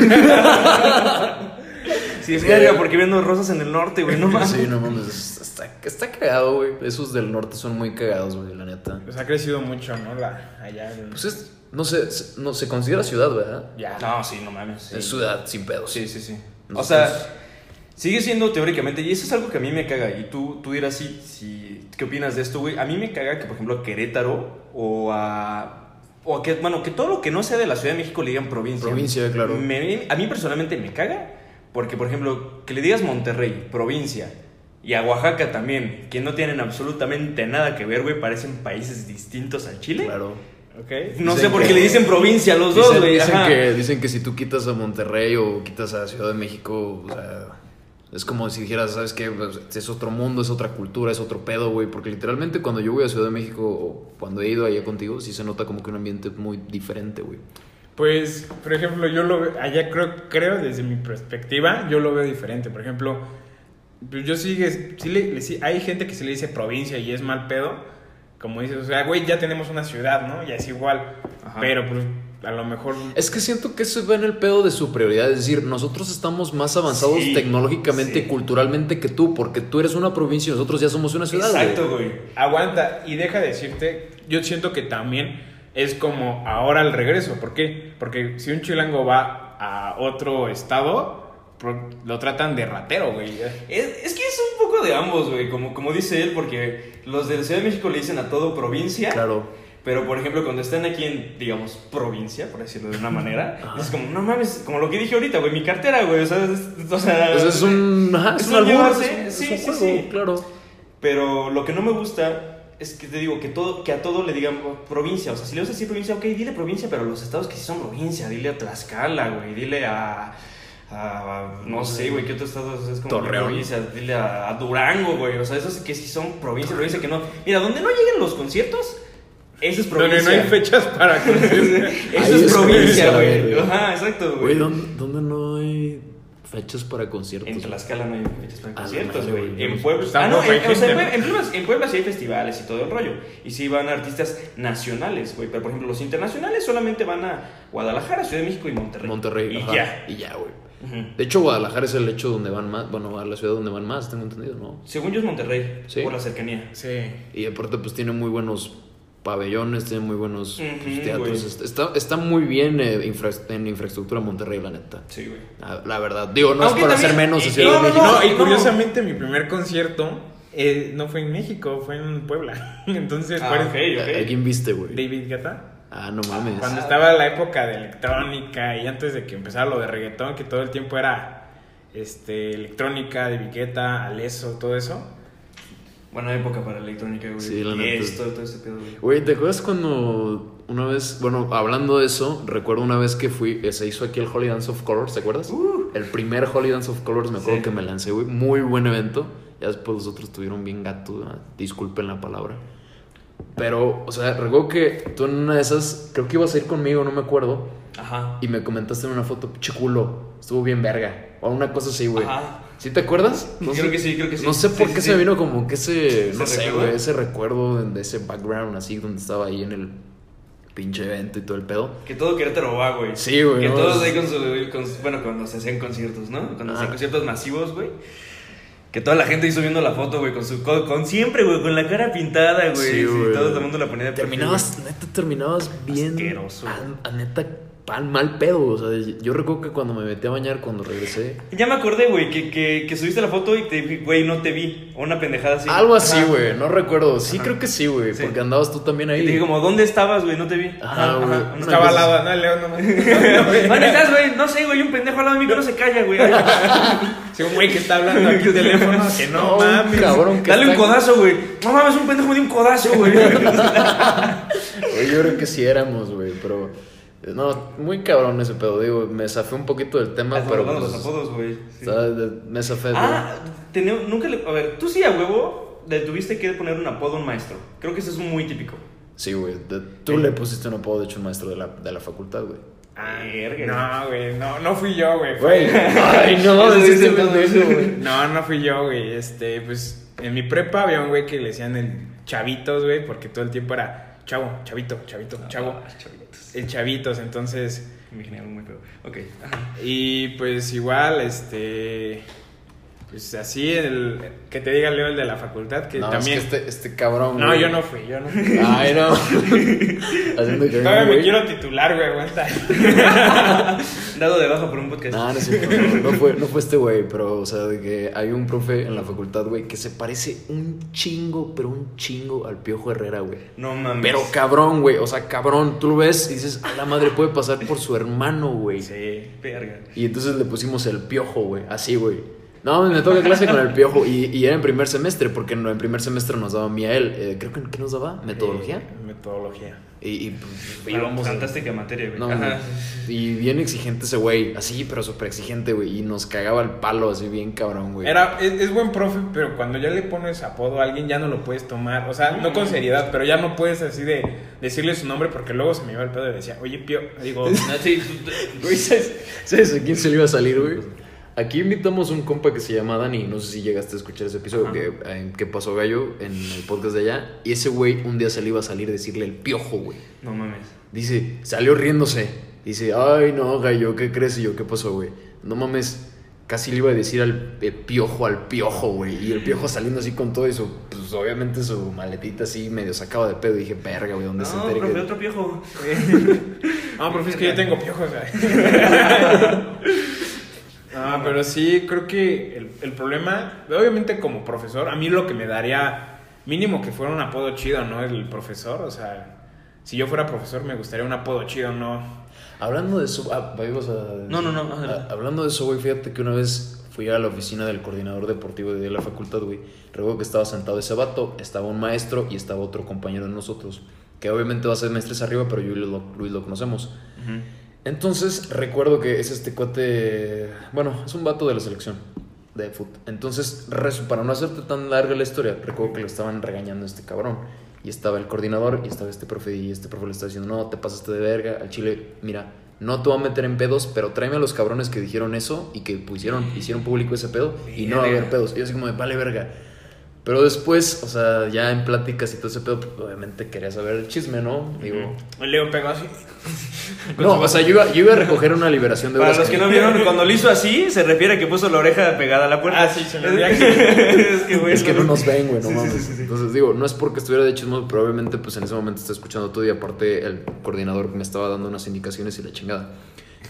Speaker 1: Sí, es verga, porque viendo rosas en el norte, güey, no más.
Speaker 3: Eh, Sí, no mames, es- está, está cagado, güey. Esos del norte son muy cagados, güey, la neta.
Speaker 4: Pues ha crecido mucho, ¿no? La, allá. en-
Speaker 3: Pues es, no sé, se- no se considera ciudad, ¿verdad?
Speaker 4: ya.
Speaker 1: No, sí, no mames. sí.
Speaker 3: Es ciudad, sin pedos.
Speaker 1: Sí, sí, sí. O
Speaker 3: Nosotros-
Speaker 1: sea, sigue siendo teóricamente, y eso es algo que a mí me caga, y tú, tú dirás si, si, qué opinas de esto, güey. A mí me caga que, por ejemplo, a Querétaro o a... O a que, bueno, que todo lo que no sea de la Ciudad de México le digan provincia.
Speaker 3: Provincia, claro.
Speaker 1: Me- a mí personalmente me caga Porque, por ejemplo, que le digas Monterrey, provincia, y a Oaxaca también, que no tienen absolutamente nada que ver, güey, parecen países distintos al Chile.
Speaker 3: Claro.
Speaker 4: Ok.
Speaker 1: No
Speaker 3: Dicen
Speaker 1: sé por
Speaker 3: que-
Speaker 1: qué le dicen provincia a los dos,
Speaker 3: Dicen,
Speaker 1: güey.
Speaker 3: dicen
Speaker 1: ajá.
Speaker 3: que, dicen que si tú quitas a Monterrey o quitas a Ciudad de México, o sea, es como si dijeras, ¿sabes qué? Pues, Es otro mundo, es otra cultura, es otro pedo, güey. Porque literalmente cuando yo voy a Ciudad de México o cuando he ido allá contigo, sí se nota como que un ambiente muy diferente, güey.
Speaker 4: Pues, por ejemplo, yo lo ve- allá creo, creo desde mi perspectiva, yo lo veo diferente. Por ejemplo, pues yo sí, que- sí le- le- sí- hay gente que se le dice provincia y es mal pedo, como dices, o sea, güey, ya tenemos una ciudad, ¿no? Ya es igual,
Speaker 1: Ajá.
Speaker 4: pero pues a lo mejor...
Speaker 3: Es que siento que se ve en el pedo de su prioridad. Es decir, nosotros estamos más avanzados
Speaker 1: Sí,
Speaker 3: tecnológicamente
Speaker 1: sí.
Speaker 3: y culturalmente que tú, porque tú eres una provincia y nosotros ya somos una ciudad. güey.
Speaker 1: Exacto, güey.
Speaker 4: Aguanta y deja de decirte, yo siento que también es como ahora el regreso, ¿por qué? Porque si un chilango va a otro estado, pro- lo tratan de ratero, güey.
Speaker 1: Es, es que es un poco de ambos, güey, como, como dice él, porque los de Ciudad de México le dicen a todo provincia.
Speaker 3: Claro.
Speaker 1: Pero, por ejemplo, cuando están aquí en, digamos, provincia, por decirlo de una manera, es como, no mames, como lo que dije ahorita, güey, mi cartera, güey, o sea, es, o sea,
Speaker 3: Pues es un. ajá, es
Speaker 1: es
Speaker 3: un
Speaker 1: un
Speaker 3: albur,
Speaker 1: llevarse,
Speaker 3: es un- es
Speaker 1: sí,
Speaker 3: un
Speaker 1: sí,
Speaker 3: juego,
Speaker 1: sí.
Speaker 3: claro.
Speaker 1: Pero lo que no me gusta es que te digo que, todo, que a todo le digan provincia. O sea, si le vas a decir provincia, ok, dile provincia, pero los estados que sí son provincia, dile a Tlaxcala, güey, dile a. a- no sé, güey, ¿qué otro estado es como
Speaker 3: Torreón.
Speaker 1: provincia? Dile a, a Durango, güey. O sea, esos que sí son provincia, provincia que no. Mira, donde no lleguen los conciertos, eso es provincia.
Speaker 4: Donde no hay fechas para...
Speaker 1: eso
Speaker 3: Ahí
Speaker 1: es provincia,
Speaker 3: es provincia,
Speaker 1: güey.
Speaker 3: güey.
Speaker 1: Ajá, exacto,
Speaker 3: Güey,
Speaker 1: güey.
Speaker 3: ¿dónde, dónde no hay fechas para conciertos?
Speaker 1: En Tlaxcala no hay fechas para
Speaker 3: Ah,
Speaker 1: conciertos,
Speaker 3: madre,
Speaker 1: güey.
Speaker 3: güey.
Speaker 1: En Puebla.
Speaker 4: Pues
Speaker 1: Ah, no,
Speaker 4: tampoco hay
Speaker 1: en, o sea, en
Speaker 4: gente,
Speaker 1: Pue- en Puebla, en Puebla sí hay festivales y todo el rollo. Y sí van artistas nacionales, güey. Pero por ejemplo, los internacionales solamente van a Guadalajara, Ciudad de México y Monterrey.
Speaker 3: Monterrey.
Speaker 1: Y
Speaker 3: ajá,
Speaker 1: ya.
Speaker 3: Y ya, güey.
Speaker 1: Ujú.
Speaker 3: De hecho, Guadalajara es el hecho donde van más. Bueno, a la ciudad donde van más, tengo entendido, ¿no?
Speaker 1: Según yo es Monterrey,
Speaker 3: Sí.
Speaker 1: por la cercanía.
Speaker 4: Sí.
Speaker 3: Y aparte, pues tiene muy buenos pabellones, tiene muy buenos pues,
Speaker 1: Ujú,
Speaker 3: teatros.
Speaker 1: güey.
Speaker 3: Est- Está, está muy bien eh, infra- en infraestructura Monterrey, la neta.
Speaker 1: Sí, güey.
Speaker 3: La, la verdad. Digo, no
Speaker 1: Aunque
Speaker 3: es para
Speaker 1: también-
Speaker 3: hacer menos a
Speaker 1: eh,
Speaker 3: Ciudad de
Speaker 1: no,
Speaker 3: México.
Speaker 4: No, y
Speaker 1: no.
Speaker 4: curiosamente mi primer concierto eh, no fue en México, fue en Puebla. Entonces,
Speaker 1: Ah,
Speaker 4: ¿cuál es?
Speaker 1: ok,
Speaker 3: ¿A
Speaker 1: ok.
Speaker 3: quién viste, güey?
Speaker 4: David Guetta.
Speaker 3: Ah, no mames.
Speaker 4: Cuando estaba la época de electrónica y antes de que empezara lo de reggaetón, que todo el tiempo era este electrónica, David Guetta, Alesso, todo eso.
Speaker 1: Buena época para electrónica, güey.
Speaker 3: Sí, la
Speaker 1: y
Speaker 3: neta.
Speaker 1: esto, todo este pedo, güey.
Speaker 3: Güey, ¿te acuerdas cuando una vez, bueno, hablando de eso, recuerdo una vez que fui, eh, se hizo aquí el Holy Dance of Colors, ¿te acuerdas?
Speaker 1: Uh.
Speaker 3: El primer Holy Dance of Colors, me acuerdo
Speaker 1: Sí.
Speaker 3: que me lancé, güey, muy buen evento. Ya después los otros tuvieron bien gato, ah, disculpen la palabra. Pero, o sea, recuerdo que tú en una de esas, creo que ibas a ir conmigo, no me acuerdo,
Speaker 1: Ajá.
Speaker 3: y me comentaste en una foto, pinche culo, estuvo bien verga, o una cosa así, güey.
Speaker 1: Ajá.
Speaker 3: ¿Sí te acuerdas?
Speaker 1: creo que sí, creo que sí.
Speaker 3: No sé por
Speaker 1: Sí,
Speaker 3: qué
Speaker 1: sí,
Speaker 3: se
Speaker 1: sí.
Speaker 3: vino como que ese,
Speaker 1: ¿Ese
Speaker 3: no sé,
Speaker 1: recuerdo?
Speaker 3: güey, ese recuerdo de ese background así donde estaba ahí en el pinche evento y todo el pedo.
Speaker 1: Que todo Querétaro va, güey.
Speaker 3: Sí, güey,
Speaker 1: Que
Speaker 3: no,
Speaker 1: todos
Speaker 3: es-
Speaker 1: ahí con su, con su- Bueno, cuando se hacían conciertos, ¿no? Cuando se hacían
Speaker 3: Ah.
Speaker 1: conciertos masivos, güey. Que toda la gente ahí subiendo la foto, güey, con su. Con, con siempre, güey, con la cara pintada, güey. Sí, todo el mundo la ponía de perfil,
Speaker 3: Terminabas, neta, terminabas bien.
Speaker 1: Asqueroso.
Speaker 3: A, a neta, pan, mal pedo. O sea, yo recuerdo que cuando me metí a bañar, cuando regresé.
Speaker 1: güey. Ya me acordé, güey, que, que, que subiste la foto y te vi, güey, no te vi. O una pendejada así.
Speaker 3: Algo así,
Speaker 1: Ajá.
Speaker 3: güey, no recuerdo. Sí,
Speaker 1: Ajá.
Speaker 3: creo que sí, güey,
Speaker 1: Sí.
Speaker 3: porque andabas tú también
Speaker 1: Y
Speaker 3: ahí.
Speaker 1: te dije, como, ¿dónde estabas, güey? No te vi.
Speaker 3: Ajá, güey. Una
Speaker 4: Estaba al
Speaker 3: cosa-
Speaker 4: lado, no, León, no
Speaker 1: ¿Dónde
Speaker 4: mames.
Speaker 1: estás, güey? No sé, güey, un pendejo al lado de mí que no se calla, güey.
Speaker 4: Sí, un güey que está hablando aquí en teléfono, que
Speaker 3: No,
Speaker 4: no
Speaker 3: un
Speaker 4: mames.
Speaker 3: cabrón que
Speaker 1: Dale un
Speaker 3: está-
Speaker 1: codazo, güey. No mames, un pendejo me dio un codazo, güey.
Speaker 3: Güey, yo creo que sí éramos, güey, pero. No, muy cabrón ese pedo, digo, me zafé un poquito del tema,
Speaker 1: Ah,
Speaker 3: pero.
Speaker 1: bueno, los
Speaker 3: pues,
Speaker 1: apodos, güey. Sí.
Speaker 3: está de- me zafé,
Speaker 1: Ah, tenía- nunca le. A ver, tú sí a huevo le tuviste que poner un apodo a un maestro. Creo que eso es muy típico.
Speaker 3: güey. Sí, güey, de- tú le pusiste un apodo, de hecho, un maestro de la, de la facultad, güey.
Speaker 4: Ah,
Speaker 1: Verga.
Speaker 4: no, güey, no, no fui yo, güey. fue-
Speaker 3: Ay,
Speaker 1: Eso
Speaker 3: no,
Speaker 1: sí
Speaker 3: hiciste
Speaker 1: te
Speaker 3: pendejo,
Speaker 1: pasó.
Speaker 3: güey.
Speaker 4: No, no fui yo, güey. Este, pues en mi prepa había un güey que le decían el chavitos, güey, porque todo el tiempo era chavo, chavito, chavito, chavo,
Speaker 1: Ah, chavitos.
Speaker 4: el chavitos. Entonces,
Speaker 1: Me imaginé algo muy feo. Ok.
Speaker 4: y pues igual, este, pues así el que te diga Leo, el de la facultad, que
Speaker 3: No, es
Speaker 4: también.
Speaker 3: que este, este cabrón.
Speaker 4: No,
Speaker 3: güey.
Speaker 4: yo no fui, yo no fui.
Speaker 3: Ay, no. Haciendo que.
Speaker 4: Todavía me
Speaker 3: güey.
Speaker 4: quiero titular, güey, aguanta.
Speaker 1: dado de baja por un podcast.
Speaker 3: Nah, no, es cierto, no, no fue, no fue este güey, pero, o sea, de que hay un profe en la facultad, güey, que se parece un chingo, pero un chingo al Piojo Herrera, güey.
Speaker 1: No mames.
Speaker 3: Pero cabrón, güey, o sea, cabrón, tú lo ves y dices, a la madre puede pasar por su hermano, güey.
Speaker 1: Sí, verga.
Speaker 3: Y entonces le pusimos el piojo, güey, así, güey. No, me toca clase con el piojo y, y era en primer semestre, porque en en primer semestre nos daba a mí a él, eh, creo que ¿qué nos daba? ¿Metodología?
Speaker 4: Eh, metodología.
Speaker 3: Y, y, pues,
Speaker 1: Pero
Speaker 3: íbamos-
Speaker 1: fantástica materia, güey.
Speaker 3: no,
Speaker 1: Ajá.
Speaker 3: y bien exigente ese güey, así, pero súper exigente, güey. Y nos cagaba el palo, así bien cabrón, güey.
Speaker 4: Era, es, es buen profe, pero cuando ya le pones apodo a alguien ya no lo puedes tomar. O sea, no con seriedad, pero ya no puedes así de decirle su nombre porque luego se me iba el pedo y decía, oye, Pío. Digo,
Speaker 2: No, sí, tú- tú-
Speaker 3: Güey, ¿sabes, sabes a quién se le iba a salir, güey? Aquí invitamos un compa que se llama Dani. No sé si llegaste a escuchar ese episodio
Speaker 1: Ajá.
Speaker 3: que, en que pasó Gallo en el podcast de allá. Y ese güey un día se le iba a salir decirle el piojo, güey.
Speaker 1: No mames.
Speaker 3: Dice, salió riéndose. Dice, ay, no, Gallo, ¿qué crees? Y yo, ¿qué pasó, güey? No mames, casi le iba a decir al eh, piojo, al piojo, güey. Y el piojo saliendo así con todo y su, pues obviamente su maletita así medio sacado de pedo. Y dije, verga, güey, ¿dónde se
Speaker 1: No,
Speaker 3: entere
Speaker 1: profe,
Speaker 3: que- Eh.
Speaker 1: otro piojo.
Speaker 4: ah, profe, es que yo tengo piojos. No, pero sí, creo que el, el problema, obviamente como profesor, a mí lo que me daría, mínimo que fuera un apodo chido, ¿no? El profesor, o sea, si yo fuera profesor me gustaría un apodo chido, ¿no?
Speaker 3: Hablando de eso, ah, ahí vas a-
Speaker 1: No, no, no,
Speaker 3: Ah,
Speaker 1: adelante.
Speaker 3: hablando de eso, güey, fíjate que una vez fui a la oficina del coordinador deportivo de la facultad, güey. Recuerdo que estaba sentado ese vato, estaba un maestro y estaba otro compañero de nosotros, que obviamente va a ser maestres arriba, pero yo y lo- Luis lo conocemos.
Speaker 1: Ujú.
Speaker 3: Entonces, recuerdo que es este cuate. Bueno, es un vato de la selección de fútbol. Entonces, resu- para no hacerte tan larga la historia, recuerdo que lo estaban regañando a este cabrón. Y estaba el coordinador y estaba este profe. Y este profe le estaba diciendo: No, te pasaste de verga al chile. Mira, no te voy a meter en pedos, pero tráeme a los cabrones que dijeron eso y que pusieron, hicieron público ese pedo. Y no va a haber pedos. Y yo, así como de vale verga. Pero después, o sea, ya en pláticas y todo ese pedo, pues, obviamente quería saber el chisme, ¿no? Digo.
Speaker 4: El Leo pegó así.
Speaker 3: No, o sea, yo iba, yo iba a recoger una liberación de
Speaker 1: Para
Speaker 3: horas
Speaker 1: los que no vieron, cuando lo hizo así, se refiere a que puso la oreja pegada a la puerta.
Speaker 4: Ah, sí, se me olvida
Speaker 1: es que, güey,
Speaker 3: Es que no nos ven, güey,
Speaker 1: Sí,
Speaker 3: no
Speaker 1: sí,
Speaker 3: mames.
Speaker 1: sí, sí, sí.
Speaker 3: Entonces digo, no es porque estuviera de chismoso, pero obviamente pues en ese momento está escuchando todo y aparte el coordinador me estaba dando unas indicaciones y la chingada.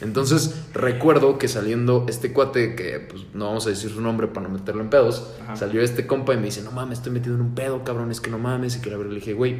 Speaker 3: Entonces recuerdo que saliendo este cuate, que pues no vamos a decir su nombre para no meterlo en pedos,
Speaker 1: Ajá.
Speaker 3: salió este compa y me dice, no mames, estoy metido en un pedo, cabrón, es que no mames. Y que la verdad le dije, güey,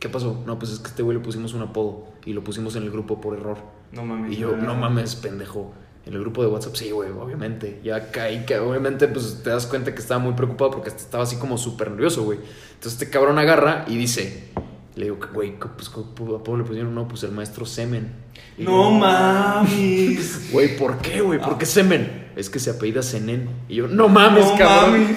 Speaker 3: ¿qué pasó? No, pues es que a este güey le pusimos un apodo y lo pusimos en el grupo por error.
Speaker 1: No mames.
Speaker 3: Y yo, no mames, pendejo. En el grupo de WhatsApp, sí, güey, obviamente. Ya caí, que obviamente, pues te das cuenta que estaba muy preocupado porque este estaba así como súper nervioso, güey. Entonces este cabrón agarra y dice, le digo, güey, ¿qué- pues, ¿cómo a Pablo le pusieron? No, pues el maestro Semen. Y
Speaker 1: No
Speaker 3: yo,
Speaker 1: mames.
Speaker 3: Güey, ¿por qué, güey? ¿Por qué Semen? Es que se apellida Senen. Y yo, no mames,
Speaker 1: no
Speaker 3: cabrón.
Speaker 1: mames.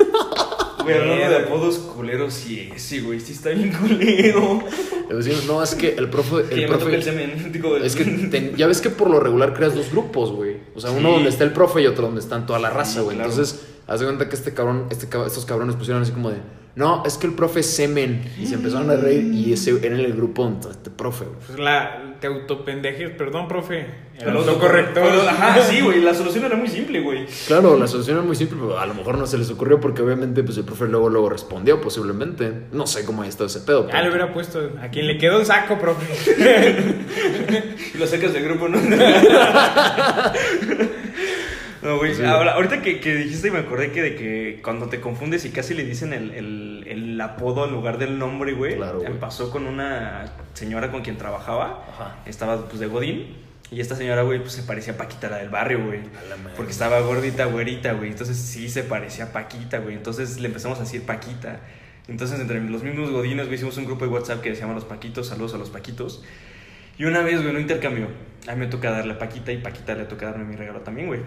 Speaker 1: Güey, hablando de apodos culeros, sí, sí, güey, sí está bien culero.
Speaker 3: Le decía, no, es que el profe...
Speaker 1: Que ya me toca el semen. Digo,
Speaker 3: Pues, Es que ten- ya ves que por lo regular creas dos grupos, güey. O sea, uno
Speaker 1: Sí.
Speaker 3: donde está el profe y otro donde están toda la raza, güey.
Speaker 1: claro.
Speaker 3: Entonces, haz de cuenta que este cabrón, este, cab- estos cabrones pusieron así como de, no, es que el profe es semen. Y se empezaron a reír y ese era el grupo donde estaba este profe, güey.
Speaker 4: Pues la, te autopendejes, perdón, profe. El,
Speaker 1: El
Speaker 4: autocorrector.
Speaker 1: autocorrector. Ajá, sí, güey, la solución era muy simple, güey.
Speaker 3: Claro, la solución era muy simple, pero a lo mejor no se les ocurrió porque obviamente pues el profe luego luego respondió posiblemente. No sé cómo haya estado ese pedo.
Speaker 4: Ah,
Speaker 3: pero-
Speaker 4: le hubiera puesto a quien le quedó un saco, profe.
Speaker 1: Lo sacas del grupo, ¿no? No, güey. ahora- ahorita que, que dijiste, me acordé que de que cuando te confundes y casi le dicen el, el- el apodo en lugar del nombre, güey.
Speaker 3: Claro, güey.
Speaker 1: Me pasó con una señora con quien trabajaba.
Speaker 3: Ajá.
Speaker 1: Estaba, pues, de Godín. Y esta señora, güey, pues se parecía a Paquita, la del barrio, güey.
Speaker 3: A la madre.
Speaker 1: Porque estaba gordita, güerita, güey. Entonces sí se parecía a Paquita, güey. Entonces le empezamos a decir Paquita. Entonces entre los mismos godines, güey, hicimos un grupo de WhatsApp que se llama Los Paquitos. Saludos a los Paquitos. Y una vez, güey, en un intercambio, a mí me toca darle a Paquita y Paquita le toca darme mi regalo también, güey.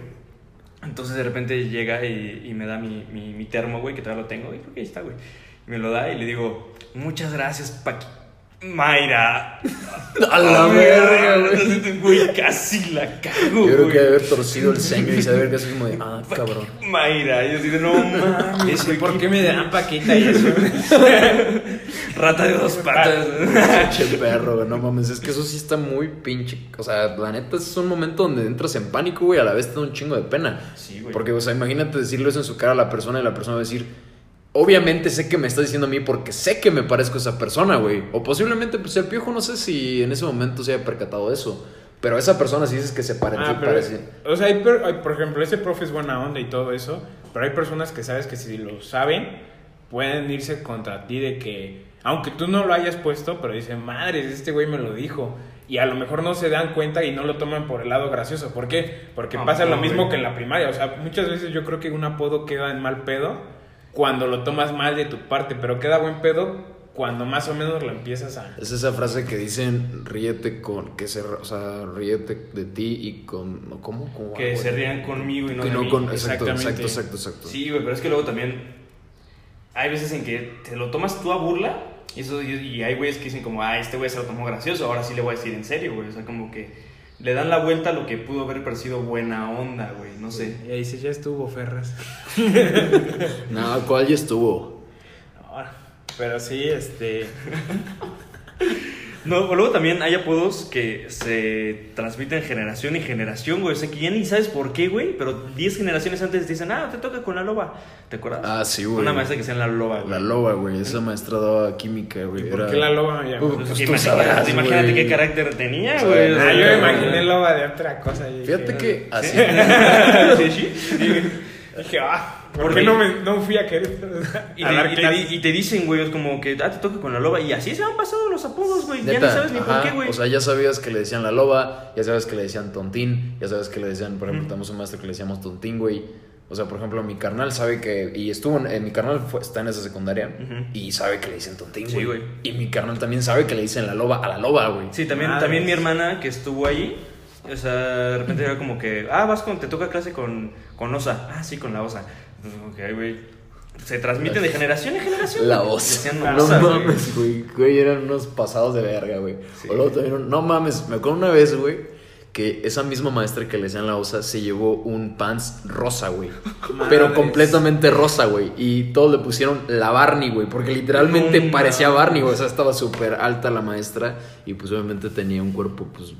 Speaker 1: Entonces de repente llega y, y me da mi, mi, mi termo, güey, que todavía lo tengo, y creo que ahí está, güey. Y me lo da y le digo, muchas gracias, Paqui. Mayra.
Speaker 3: A la verga, güey.
Speaker 1: Entonces, güey. Casi la cago,
Speaker 3: Yo
Speaker 1: güey.
Speaker 3: creo que debe haber torcido el ceño y saber que es como de, ah, cabrón.
Speaker 1: Mayra, yo digo, no mames,
Speaker 4: Ese,
Speaker 1: güey,
Speaker 4: ¿Por qué me dan paquita y eso?
Speaker 1: Rata de dos patas.
Speaker 3: Che perro, güey, no mames, es que eso sí está muy pinche. O sea, la neta es un momento donde entras en pánico, güey, a la vez te da un chingo de pena.
Speaker 1: Sí, güey.
Speaker 3: Porque, o sea, imagínate decirle eso en su cara a la persona y la persona va a decir, obviamente sé que me está diciendo a mí porque sé que me parezco a esa persona, güey. O posiblemente, pues el piojo no sé si en ese momento se haya percatado de eso. Pero esa persona sí dices que se pare-
Speaker 4: Ah, pero,
Speaker 3: parece.
Speaker 4: o sea, hay per- hay, por ejemplo, ese profe es buena onda y todo eso, pero hay personas que sabes que si lo saben, pueden irse contra ti de que, aunque tú no lo hayas puesto, pero dicen, madre, este güey me lo dijo. Y a lo mejor no se dan cuenta y no lo toman por el lado gracioso. ¿Por qué? Porque
Speaker 1: No,
Speaker 4: pasa
Speaker 1: no,
Speaker 4: lo mismo
Speaker 1: güey.
Speaker 4: que en la primaria. O sea, muchas veces yo creo que un apodo queda en mal pedo cuando lo tomas mal de tu parte, pero queda buen pedo cuando más o menos lo empiezas a...
Speaker 3: Es esa frase que dicen, ríete con, que se, o sea, ríete de ti y con, ¿no? ¿cómo? ¿Cómo va,
Speaker 1: Que
Speaker 3: güey?
Speaker 1: se rían conmigo y no,
Speaker 3: Que
Speaker 1: de
Speaker 3: no
Speaker 1: mí.
Speaker 3: con, exacto, exacto,
Speaker 4: exactamente.
Speaker 3: exacto, exacto.
Speaker 1: Sí, güey, pero es que luego también hay veces en que te lo tomas tú a burla y, eso, y, y hay güeyes que dicen como, ah, este güey se lo tomó gracioso, ahora sí le voy a decir en serio, güey. O sea, como que le dan la vuelta a lo que pudo haber parecido buena onda, güey, no sé.
Speaker 4: Y ahí sí, ya estuvo, Ferras.
Speaker 3: No, ¿cuál ya estuvo?
Speaker 4: Ahora, Pero sí, este...
Speaker 1: No, o luego también hay apodos que se transmiten generación en generación, güey. O sea, que ya ni sabes por qué, güey, pero 10 generaciones antes dicen, ah, te toca con la loba. ¿Te acuerdas?
Speaker 3: Ah, sí, güey.
Speaker 1: Una maestra que sea en la loba, güey.
Speaker 3: La loba, güey, esa maestra daba química, güey.
Speaker 4: ¿Por
Speaker 3: era-
Speaker 4: qué la loba me llamó?
Speaker 3: Uh, pues tú
Speaker 1: imagínate,
Speaker 3: sabrás,
Speaker 1: imagínate
Speaker 3: güey. Pues,
Speaker 1: qué carácter tenía,
Speaker 3: Sí,
Speaker 1: güey.
Speaker 3: no,
Speaker 4: Ah, yo
Speaker 3: Pero-
Speaker 4: me imaginé loba de otra cosa. y
Speaker 3: eh, Fíjate
Speaker 4: dije,
Speaker 3: que así.
Speaker 1: Sí, sí.
Speaker 4: Dije, ah, ¿por,
Speaker 1: ¿Por
Speaker 4: qué
Speaker 1: qué?
Speaker 4: no, me, no fui a Querétaro?
Speaker 1: Y
Speaker 4: A dar
Speaker 1: te, y te
Speaker 4: clases.
Speaker 1: di- y te dicen, güey, es como que ah, te toca con la loba. Y así se han pasado los apodos, güey. Ya
Speaker 3: Neta,
Speaker 1: no sabes ni por
Speaker 3: ajá,
Speaker 1: qué, güey.
Speaker 3: O sea, ya sabías que le decían la loba, ya sabes que le decían tontín, ya sabes que le decían, por ejemplo, tenemos un maestro que le decíamos tontín, güey. O sea, por ejemplo, mi carnal sabe que. Y estuvo en. eh, mi carnal fue- está en esa secundaria
Speaker 1: Ujú.
Speaker 3: y sabe que le dicen tontín,
Speaker 1: Sí,
Speaker 3: güey.
Speaker 1: güey.
Speaker 3: y mi carnal también sabe que le dicen la loba a la loba, güey.
Speaker 1: sí, también,
Speaker 4: Madres.
Speaker 1: también mi hermana que estuvo ahí. O sea, de repente era como que, ah, vas con, te toca clase con, con osa. Ah, sí, con la osa. Entonces, como que, ay, güey. Se transmiten de generación en generación.
Speaker 3: La
Speaker 1: güey.
Speaker 3: voz.
Speaker 1: Decían
Speaker 3: No
Speaker 1: osas, güey.
Speaker 3: mames, güey. Güey, eran unos pasados de verga, güey.
Speaker 1: Sí.
Speaker 3: O luego también, un- no mames, me acuerdo una vez, güey, que esa misma maestra que le decían la osa se llevó un pants rosa, güey. Pero
Speaker 4: Madres.
Speaker 3: completamente rosa, güey. Y todos le pusieron la Barney, güey. Porque literalmente
Speaker 1: No
Speaker 3: parecía Barney, güey. O sea, estaba súper alta la maestra. Y pues obviamente tenía un cuerpo, pues.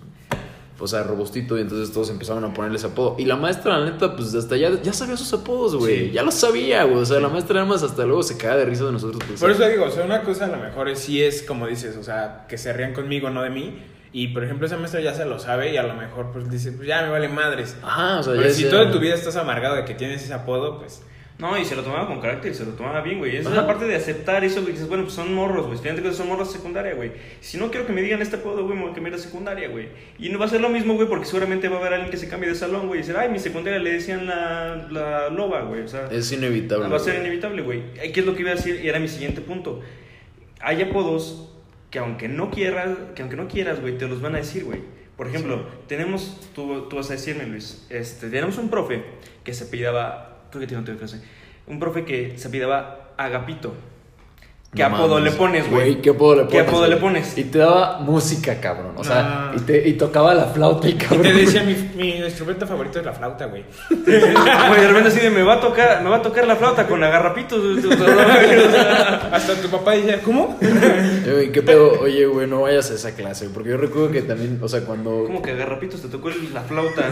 Speaker 3: O sea, robustito. Y entonces todos empezaron a ponerle ese apodo. Y la maestra, la neta, pues hasta ya, ya sabía sus apodos, güey.
Speaker 1: Sí.
Speaker 3: Ya los sabía, güey. O sea, la maestra nada más hasta luego se caga de risa de nosotros. pues,
Speaker 4: Por eso digo, o sea, una cosa a lo mejor es- sí es como dices, o sea, que se rían conmigo, no de mí. Y por ejemplo, esa maestra ya se lo sabe y a lo mejor pues dice, pues ya me vale madres.
Speaker 3: Ajá, o sea,
Speaker 4: Pero
Speaker 3: Ah, ya
Speaker 4: si
Speaker 3: sea-
Speaker 4: toda tu vida estás amargado de que tienes ese apodo, pues
Speaker 1: No, y se lo tomaba con carácter, y se lo tomaba bien, güey. Esa es
Speaker 3: Ajá.
Speaker 1: la parte de aceptar eso, güey. que Dices, bueno, pues son morros, güey. Fíjate que son morros de secundaria, güey. Si no quiero que me digan este apodo, güey, me voy a cambiar de secundaria, güey. Y no va a ser lo mismo, güey, porque seguramente va a haber alguien que se cambie de salón, güey. Y decir, ay, mi secundaria le decían la, la loba, güey. O sea,
Speaker 3: Es inevitable.
Speaker 1: va a ser
Speaker 3: güey.
Speaker 1: inevitable, güey. Ay, ¿Qué es lo que iba a decir? Y era mi siguiente punto. Hay apodos que aunque no quieras, que aunque no quieras, güey, te los van a decir, güey. Por ejemplo, tenemos, tú, tú vas a decirme, Luis, este, tenemos un profe que se apellidaba, creo que tiene otra clase, un profe que se apellidaba Agapito. ¿Qué
Speaker 3: No
Speaker 1: apodo
Speaker 3: mames.
Speaker 1: le pones, güey?
Speaker 3: ¿Qué apodo le
Speaker 1: ¿Qué
Speaker 3: pones?
Speaker 1: apodo
Speaker 3: güey?
Speaker 1: le pones? Ah.
Speaker 3: Y te daba música, cabrón. O sea,
Speaker 4: Nah.
Speaker 3: y, te, y tocaba la flauta y cabrón.
Speaker 4: te decía mi, mi instrumento favorito es la flauta, güey.
Speaker 1: Güey, de repente así de, me va a tocar, me va a tocar la flauta con agarrapitos. güey. O sea,
Speaker 4: Hasta tu papá decía, ¿cómo?
Speaker 3: Güey, ¿Qué pedo? Oye, güey, no vayas a esa clase. güey, Porque yo recuerdo que también, o sea, cuando.
Speaker 1: ¿Cómo que agarrapitos te tocó el- la flauta?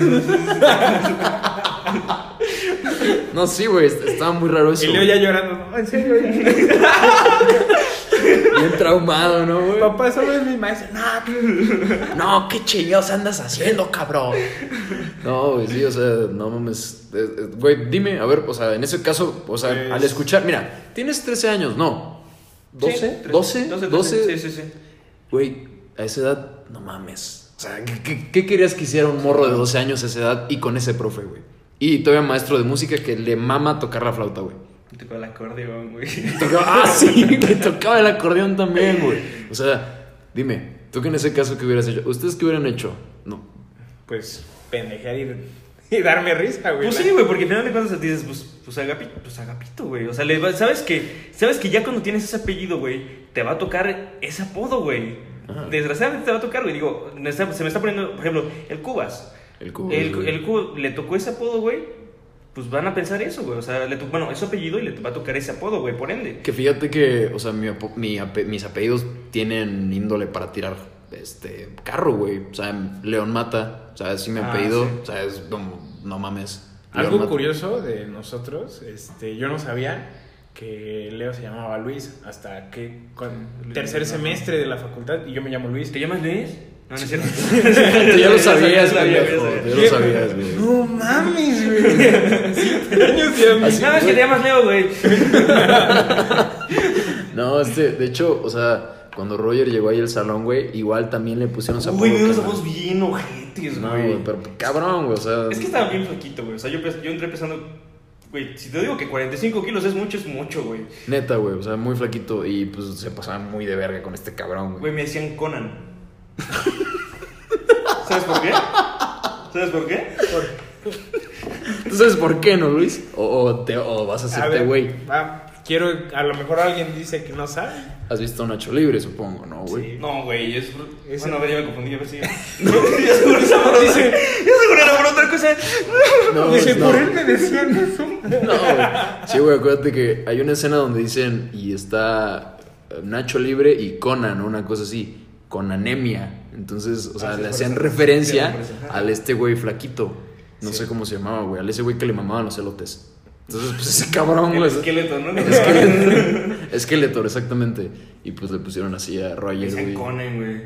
Speaker 3: No, sí, güey, est- estaba muy raro eso.
Speaker 4: Y Leo ya llorando, "No, en serio, ya".
Speaker 3: Bien traumado, ¿no, güey?
Speaker 4: Papá, solo es mi maestra. No,
Speaker 3: No, qué chingados andas haciendo, cabrón. No, güey, sí, o sea, no mames. Eh, eh, Güey, dime, a ver, o sea, en ese caso, o sea,
Speaker 4: Pues-
Speaker 3: al escuchar, mira, tienes 13 años, no. ¿12?
Speaker 1: Sí,
Speaker 3: ¿12?
Speaker 1: 12,
Speaker 3: 12?
Speaker 1: Sí, sí, sí.
Speaker 3: Güey, a esa edad, no mames. O sea, ¿qué, qué, qué querías que hiciera un morro de 12 años a esa edad y con ese profe, güey? Y todavía maestro de música que le mama tocar la flauta, güey.
Speaker 1: Tocó el acordeón, güey.
Speaker 3: Tocaba- ah, sí, que tocaba el acordeón también, güey. O sea, dime, ¿tú que en ese caso qué hubieras hecho? ¿Ustedes qué hubieran hecho? No.
Speaker 4: Pues pendejear y, y darme risa, güey.
Speaker 1: Pues sí, güey, porque al final de cuentas a ti dices, pues, pues agapito, pues agapito, güey. O sea, le va- sabes que, sabes que ya cuando tienes ese apellido, güey, te va a tocar ese apodo, güey.
Speaker 3: Ajá.
Speaker 1: Desgraciadamente te va a tocar, güey. Digo, me está- se me está poniendo, por ejemplo, el Cubas.
Speaker 3: El cubo.
Speaker 1: El,
Speaker 3: güey.
Speaker 1: el Cubas le tocó ese apodo, güey. Pues van a pensar eso, güey. O sea, le to- bueno, es su apellido y le va a tocar ese apodo, güey, por ende.
Speaker 3: Que fíjate que, o sea, mi apo- mi ape- mis apellidos tienen índole para tirar este carro, güey. O sea, León Mata, o sea, es mi
Speaker 1: Ah,
Speaker 3: apellido,
Speaker 1: sí.
Speaker 3: o sea, es como, no mames. León
Speaker 4: Algo
Speaker 3: Mata.
Speaker 4: curioso de nosotros, este, yo no sabía que Leo se llamaba Luis hasta que con- tercer semestre de la facultad y yo me llamo Luis.
Speaker 1: ¿Te llamas Luis? No, no es cierto.
Speaker 3: Tú ya lo sabías,
Speaker 1: Ya sabía, ya
Speaker 3: pendejo.
Speaker 1: sabía.
Speaker 3: Tú ya lo sabías, güey.
Speaker 4: No mames, güey. Siete años ya me-
Speaker 3: Así-
Speaker 1: Nada más que te llamas Leo, güey.
Speaker 3: No, este, de hecho, o sea, cuando Roger llegó ahí al salón, güey, igual también le pusieron esa
Speaker 1: Uy,
Speaker 3: porra,
Speaker 1: me
Speaker 3: cabrón.
Speaker 1: voz bien ojetes,
Speaker 3: No,
Speaker 1: güey.
Speaker 3: güey, pero cabrón, güey, o sea.
Speaker 1: Es que estaba bien flaquito, güey. O sea, yo, pes- yo entré pensando, güey, si te digo que 45 kilos es mucho, es mucho, güey.
Speaker 3: Neta, güey, o sea, muy flaquito y pues se pasaba muy de verga con este cabrón,
Speaker 1: Güey,
Speaker 3: güey.
Speaker 1: me decían Conan. ¿Sabes por qué? ¿Sabes por qué?
Speaker 3: ¿Tú sabes por qué, no, Luis? O, o te, o vas a
Speaker 4: A ver,
Speaker 3: hacerte, güey.
Speaker 4: va, Ah, quiero, a lo mejor alguien dice que no sabe.
Speaker 3: Has visto Nacho Libre, supongo, ¿no, güey?
Speaker 1: No, güey, es...
Speaker 4: Es-
Speaker 1: Bueno, a ver, ya me confundí, a ver si... ya seguro esa por otra-
Speaker 4: Dice-
Speaker 1: ya seguro era por otra cosa.
Speaker 3: No,
Speaker 4: dice,
Speaker 3: pues, no.
Speaker 4: por él me decían eso.
Speaker 3: No, güey. Sí, güey, acuérdate que hay una escena donde dicen y está eh, Nacho Libre y Conan, ¿no? una cosa así, con anemia. Entonces, o sea,
Speaker 1: Ah, sí,
Speaker 3: le
Speaker 1: por
Speaker 3: hacían
Speaker 1: eso. Sí,
Speaker 3: referencia
Speaker 1: por eso. Ajá.
Speaker 3: al este güey flaquito. No
Speaker 1: Sí.
Speaker 3: sé cómo se llamaba, güey. Al ese güey que le mamaban los elotes. Entonces, pues ese cabrón,
Speaker 1: El
Speaker 3: güey.
Speaker 1: esqueleto, ¿no?
Speaker 3: Esqueleto. Esqueletor, exactamente. Y pues le pusieron así a
Speaker 1: Me
Speaker 3: Roger,
Speaker 1: decían
Speaker 3: güey.
Speaker 1: Conan, güey.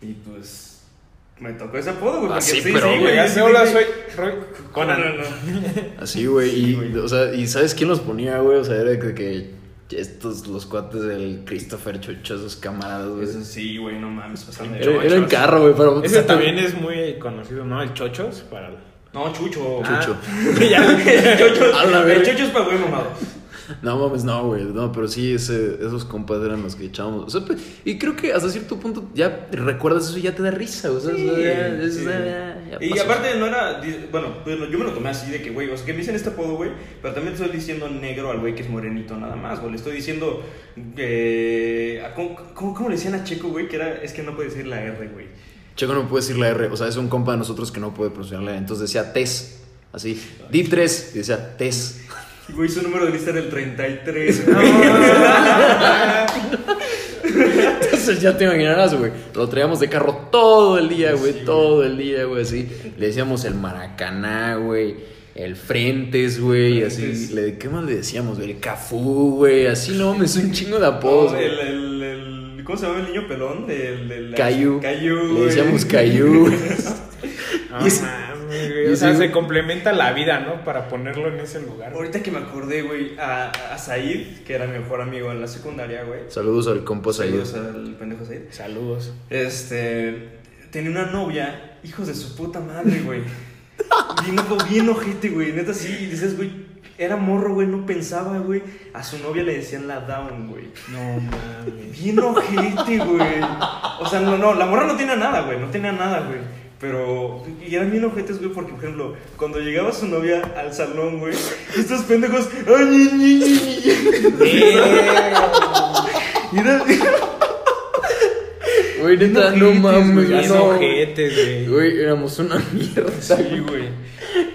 Speaker 1: Y pues... Me tocó ese apodo, güey.
Speaker 3: Ah,
Speaker 1: porque
Speaker 3: sí, pero, güey,
Speaker 4: Oiga,
Speaker 1: sí,
Speaker 4: sí, hola,
Speaker 1: güey.
Speaker 4: soy Roy
Speaker 1: Conan.
Speaker 4: Conan.
Speaker 3: Así, güey.
Speaker 1: Sí,
Speaker 3: y,
Speaker 1: güey.
Speaker 3: o sea, ¿y sabes quién los ponía, güey? O sea, era de que estos, los cuates del Christopher Chocho, esos camaradas, güey.
Speaker 1: Eso sí, güey, no mames, pasaron de
Speaker 3: Era,
Speaker 1: verga.
Speaker 3: era el carro, güey, pero...
Speaker 4: Ese también es muy conocido, ¿no? El Chochos para...
Speaker 1: No, Chucho.
Speaker 3: Chucho.
Speaker 1: El Chucho,
Speaker 3: A la
Speaker 1: el
Speaker 3: verga.
Speaker 1: Chucho es para güey mamado.
Speaker 3: No mames, no, güey. No, pero sí, ese- esos compas eran los que echábamos. O sea, pe- y creo que hasta cierto punto ya recuerdas eso y ya te da risa, güey. o sea,
Speaker 1: Sí,
Speaker 3: ya- es-
Speaker 1: sí.
Speaker 3: ya- ya
Speaker 1: Y
Speaker 3: pasó.
Speaker 1: aparte no era, di- bueno, pues, yo me lo tomé así de que, güey, o sea, que me dicen este apodo, güey, pero también estoy diciendo negro al güey que es morenito nada más, güey, le estoy diciendo, eh, a- ¿cómo, cómo, cómo le decían a Checo, güey? Que era, es que no puede decir la R, güey.
Speaker 3: Checo no puede decir la R. O sea, es un compa de nosotros que no puede pronunciar la R. Entonces decía Tess. Así. Di tres. Y decía Tess.
Speaker 1: Güey, su número de lista era el 33, güey.
Speaker 3: Entonces ya te imaginarás, güey. Lo traíamos de carro todo el día, güey. todo el día, güey. Así. Le decíamos el Maracaná, güey. El Frentes, güey. Así.
Speaker 1: Frentes.
Speaker 3: Le, ¿Qué más le decíamos? güey? El Cafú, güey. Así no, me un chingo de apodos,
Speaker 1: No,
Speaker 3: güey.
Speaker 1: el, el, el- ¿Cómo se llama el niño pelón? Del, del,
Speaker 3: Cayu.
Speaker 1: Cayu,
Speaker 3: Le
Speaker 1: güey.
Speaker 3: decíamos Cayu.
Speaker 4: No
Speaker 3: Y es-
Speaker 4: Ah, mames, güey.
Speaker 3: y
Speaker 4: O sea,
Speaker 3: ese-
Speaker 4: se complementa la vida, ¿no? Para ponerlo en ese lugar. güey.
Speaker 1: Ahorita que me acordé, güey, a, a Said, que era mi mejor amigo en la secundaria, güey.
Speaker 3: Saludos al compa Sayud.
Speaker 1: Saludos al pendejo Said.
Speaker 4: Saludos.
Speaker 1: Este. Tenía una novia, hijos de su puta madre, güey. Bien, ojo, bien ojete, güey. Neta, sí. Y dices, güey, era morro, güey, no pensaba, güey. A su novia le decían la down, güey.
Speaker 4: No mames.
Speaker 1: Bien ojete, güey. O sea, no, no, la morra no tenía nada, güey. No tenía nada, güey. Pero. Y eran bien ojetes, güey, porque, por ejemplo, cuando llegaba su novia al salón, güey, estos pendejos. ¡Ay, ñi, ñi, ñi, ñi! Y era-
Speaker 3: Güey, neta,
Speaker 1: Bien
Speaker 3: no
Speaker 1: ojetes,
Speaker 3: mames,
Speaker 1: güey,
Speaker 4: Bien
Speaker 3: no.
Speaker 4: ojetes, güey.
Speaker 3: Güey, éramos una mierda.
Speaker 1: Sí, güey.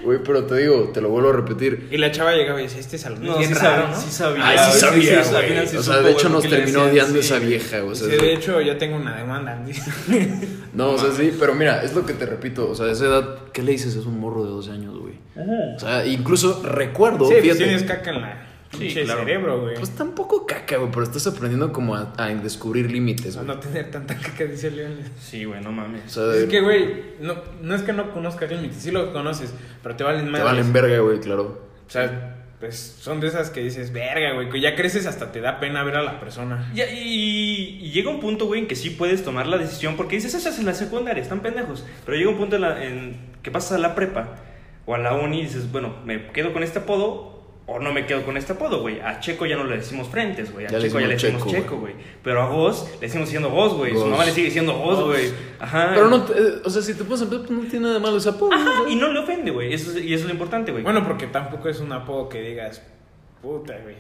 Speaker 3: Güey, pero te digo, te lo vuelvo a repetir.
Speaker 4: Y la chava llegaba y decía, este salón es
Speaker 1: No,
Speaker 4: bien
Speaker 1: sí,
Speaker 4: raro,
Speaker 1: sab-
Speaker 4: ¿no?
Speaker 1: Ah, sí sabía.
Speaker 3: Ay, sí
Speaker 1: güey,
Speaker 3: sabía,
Speaker 1: sí, al final
Speaker 3: güey.
Speaker 1: sí
Speaker 3: O sea,
Speaker 1: supo,
Speaker 3: de
Speaker 1: güey,
Speaker 3: hecho nos
Speaker 1: porque le
Speaker 3: terminó
Speaker 1: decían,
Speaker 3: odiando
Speaker 1: sí,
Speaker 3: esa
Speaker 1: güey.
Speaker 3: vieja, o sea,
Speaker 4: Sí, de hecho, ya tengo una demanda.
Speaker 3: No, o sea, sí, pero mira, es lo que te repito, o sea, a esa edad, ¿qué le dices? Es un morro de 12 años, güey. O sea, incluso recuerdo,
Speaker 4: Sí, pues
Speaker 3: fíjate.
Speaker 4: tienes caca en la
Speaker 1: Sí,
Speaker 4: pinche
Speaker 1: claro.
Speaker 4: cerebro, güey.
Speaker 3: Pues tampoco caca, güey, pero estás aprendiendo como a, a descubrir límites,
Speaker 4: A
Speaker 3: güey.
Speaker 4: no tener tanta caca, dice León.
Speaker 1: Sí, güey, no mames.
Speaker 3: O sea,
Speaker 4: Es que, güey, no, no es que no conozcas límites, sí los conoces, pero te valen
Speaker 3: te
Speaker 4: más.
Speaker 3: valen verga, güey, claro.
Speaker 4: O sea, pues son de esas que dices, verga, güey, que ya creces hasta te da pena ver a la persona.
Speaker 1: Ya, y, y llega un punto, güey, en que sí puedes tomar la decisión porque dices, esa es en la secundaria, están pendejos. Pero llega un punto en, la- en que pasas a la prepa o a la uni y dices, bueno, me quedo con este apodo o no me quedo con este apodo, güey. A Checo ya no le decimos frentes, güey. A
Speaker 3: Ya le
Speaker 1: Checo ya le
Speaker 3: decimos
Speaker 1: decimos
Speaker 3: Checo,
Speaker 1: Checo, güey. Pero a vos le decimos diciendo vos, güey. Su
Speaker 3: Vos.
Speaker 1: mamá le sigue diciendo vos,
Speaker 4: Vos.
Speaker 1: güey. Ajá.
Speaker 3: Pero no, te- eh, o sea, si te pones a pensar, pues no tiene nada de malo ese apodo.
Speaker 1: Ajá,
Speaker 3: o sea.
Speaker 1: y no le ofende, güey. Eso es- y eso es lo importante, güey.
Speaker 4: Bueno, porque tampoco es un apodo que digas, puta, güey.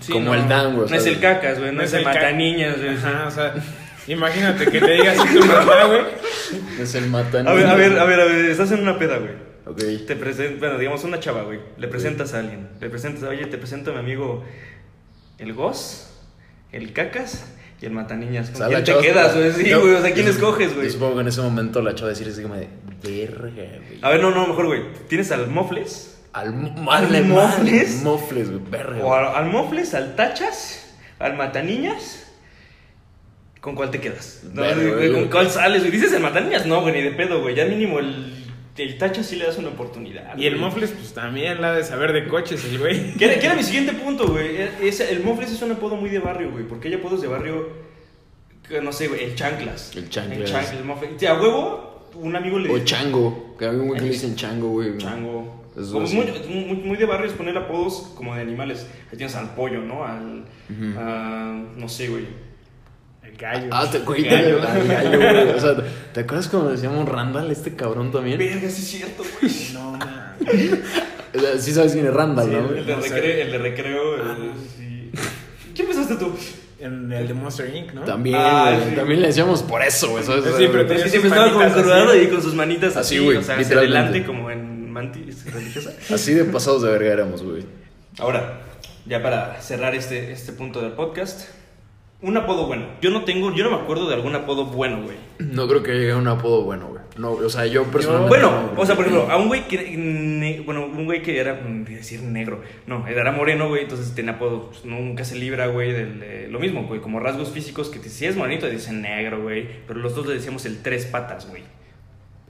Speaker 1: Sí,
Speaker 3: como el Dan, güey,
Speaker 1: No es
Speaker 3: ¿sabes?
Speaker 1: el cacas, güey. No, es el
Speaker 4: ca-
Speaker 1: mataniñas, güey.
Speaker 4: Ajá, o sea, imagínate que te digas a tu mamá, güey.
Speaker 3: Es el matan.
Speaker 1: A ver, a ver, a ver, a ver, estás en una peda, güey.
Speaker 3: Ok.
Speaker 1: Te presentas, bueno, digamos una chava, güey. Le presentas a alguien. Le presentas, oye, te presento a mi amigo el Goz, el Cacas y el Mataniñas.
Speaker 3: O
Speaker 1: ¿Con
Speaker 3: sea, la
Speaker 1: quién te
Speaker 3: chava-
Speaker 1: quedas, güey? Sí,
Speaker 3: Yo-
Speaker 1: güey, o sea, ¿quién
Speaker 3: yo-
Speaker 1: escoges, güey?
Speaker 3: Yo supongo que en ese momento la chava va a decir así como de, verga, güey.
Speaker 1: A ver, no, no, mejor, güey. ¿Tienes al Mofles?
Speaker 3: Al,
Speaker 1: mofles?
Speaker 3: mofles. Mofles, güey, verga.
Speaker 1: O
Speaker 3: güey.
Speaker 1: al, al mofles, al tachas, al mataniñas. ¿Con cuál te quedas? No,
Speaker 3: Verga,
Speaker 1: güey,
Speaker 3: güey.
Speaker 1: ¿Con cuál sales? güey? Dices el mataniñas, no, güey, ni de pedo, güey. Ya mínimo el, el tachas sí le das una oportunidad.
Speaker 4: Y el
Speaker 1: güey.
Speaker 4: Mofles, pues también la de saber de coches, el güey.
Speaker 1: Que era, que era mi siguiente punto, güey. Es- el Mofles es un apodo muy de barrio, güey. Porque hay apodos de barrio. que No sé, güey. El Chanclas.
Speaker 3: El Chanclas.
Speaker 1: El Chanclas. Mofles. O sea, a huevo, un amigo le
Speaker 3: O chango. Que a mí güey que le dicen chango, güey.
Speaker 1: Chango.
Speaker 3: Es
Speaker 1: Como
Speaker 3: así.
Speaker 1: muy, muy, muy de barrio es poner apodos como de animales. Ahí tienes al pollo, ¿no? Al. a- no sé, güey.
Speaker 4: El gallo.
Speaker 3: Ah, te güey, te-
Speaker 4: Gallo.
Speaker 3: al gallo, güey. O sea, ¿te acuerdas cuando decíamos Randall, este cabrón también?
Speaker 1: Verga, sí es cierto, güey.
Speaker 4: No, man.
Speaker 3: O sea, sí sabes quién es Randall,
Speaker 4: Sí,
Speaker 3: ¿no?
Speaker 1: El
Speaker 3: güey?
Speaker 1: de
Speaker 4: No sé.
Speaker 1: recreo. El de recreo el- sí. ¿Qué pensaste tú?
Speaker 4: En el de Monster Inc., ¿no?
Speaker 3: También,
Speaker 1: Ah,
Speaker 3: güey,
Speaker 1: sí.
Speaker 3: También le decíamos por eso, güey. ¿sabes?
Speaker 4: Sí,
Speaker 3: O sea,
Speaker 4: pero
Speaker 1: Es
Speaker 4: tenía
Speaker 1: que
Speaker 4: sus
Speaker 1: siempre estaba
Speaker 4: manitas
Speaker 1: curvado
Speaker 4: así.
Speaker 1: y con sus manitas
Speaker 3: Así,
Speaker 1: así,
Speaker 3: güey,
Speaker 1: O sea, hacia
Speaker 3: literalmente.
Speaker 1: adelante como en mantis religiosa.
Speaker 3: Así de pasados de verga éramos, güey.
Speaker 1: Ahora, ya para cerrar este, este punto del podcast, un apodo bueno. Yo no tengo, yo no me acuerdo de algún apodo bueno, güey.
Speaker 3: No creo que llegue a un apodo bueno, güey. No, o sea, yo personalmente.
Speaker 1: Bueno,
Speaker 3: no,
Speaker 1: o sea, por ejemplo, a un güey que ne- bueno, un güey que era mm, iba a decir negro, no, era moreno, güey, entonces tenía apodo, pues, nunca se libra, güey, del eh, lo mismo, güey, como rasgos físicos que te- si es morenito te dicen negro, güey, pero los dos le decíamos el tres patas, güey.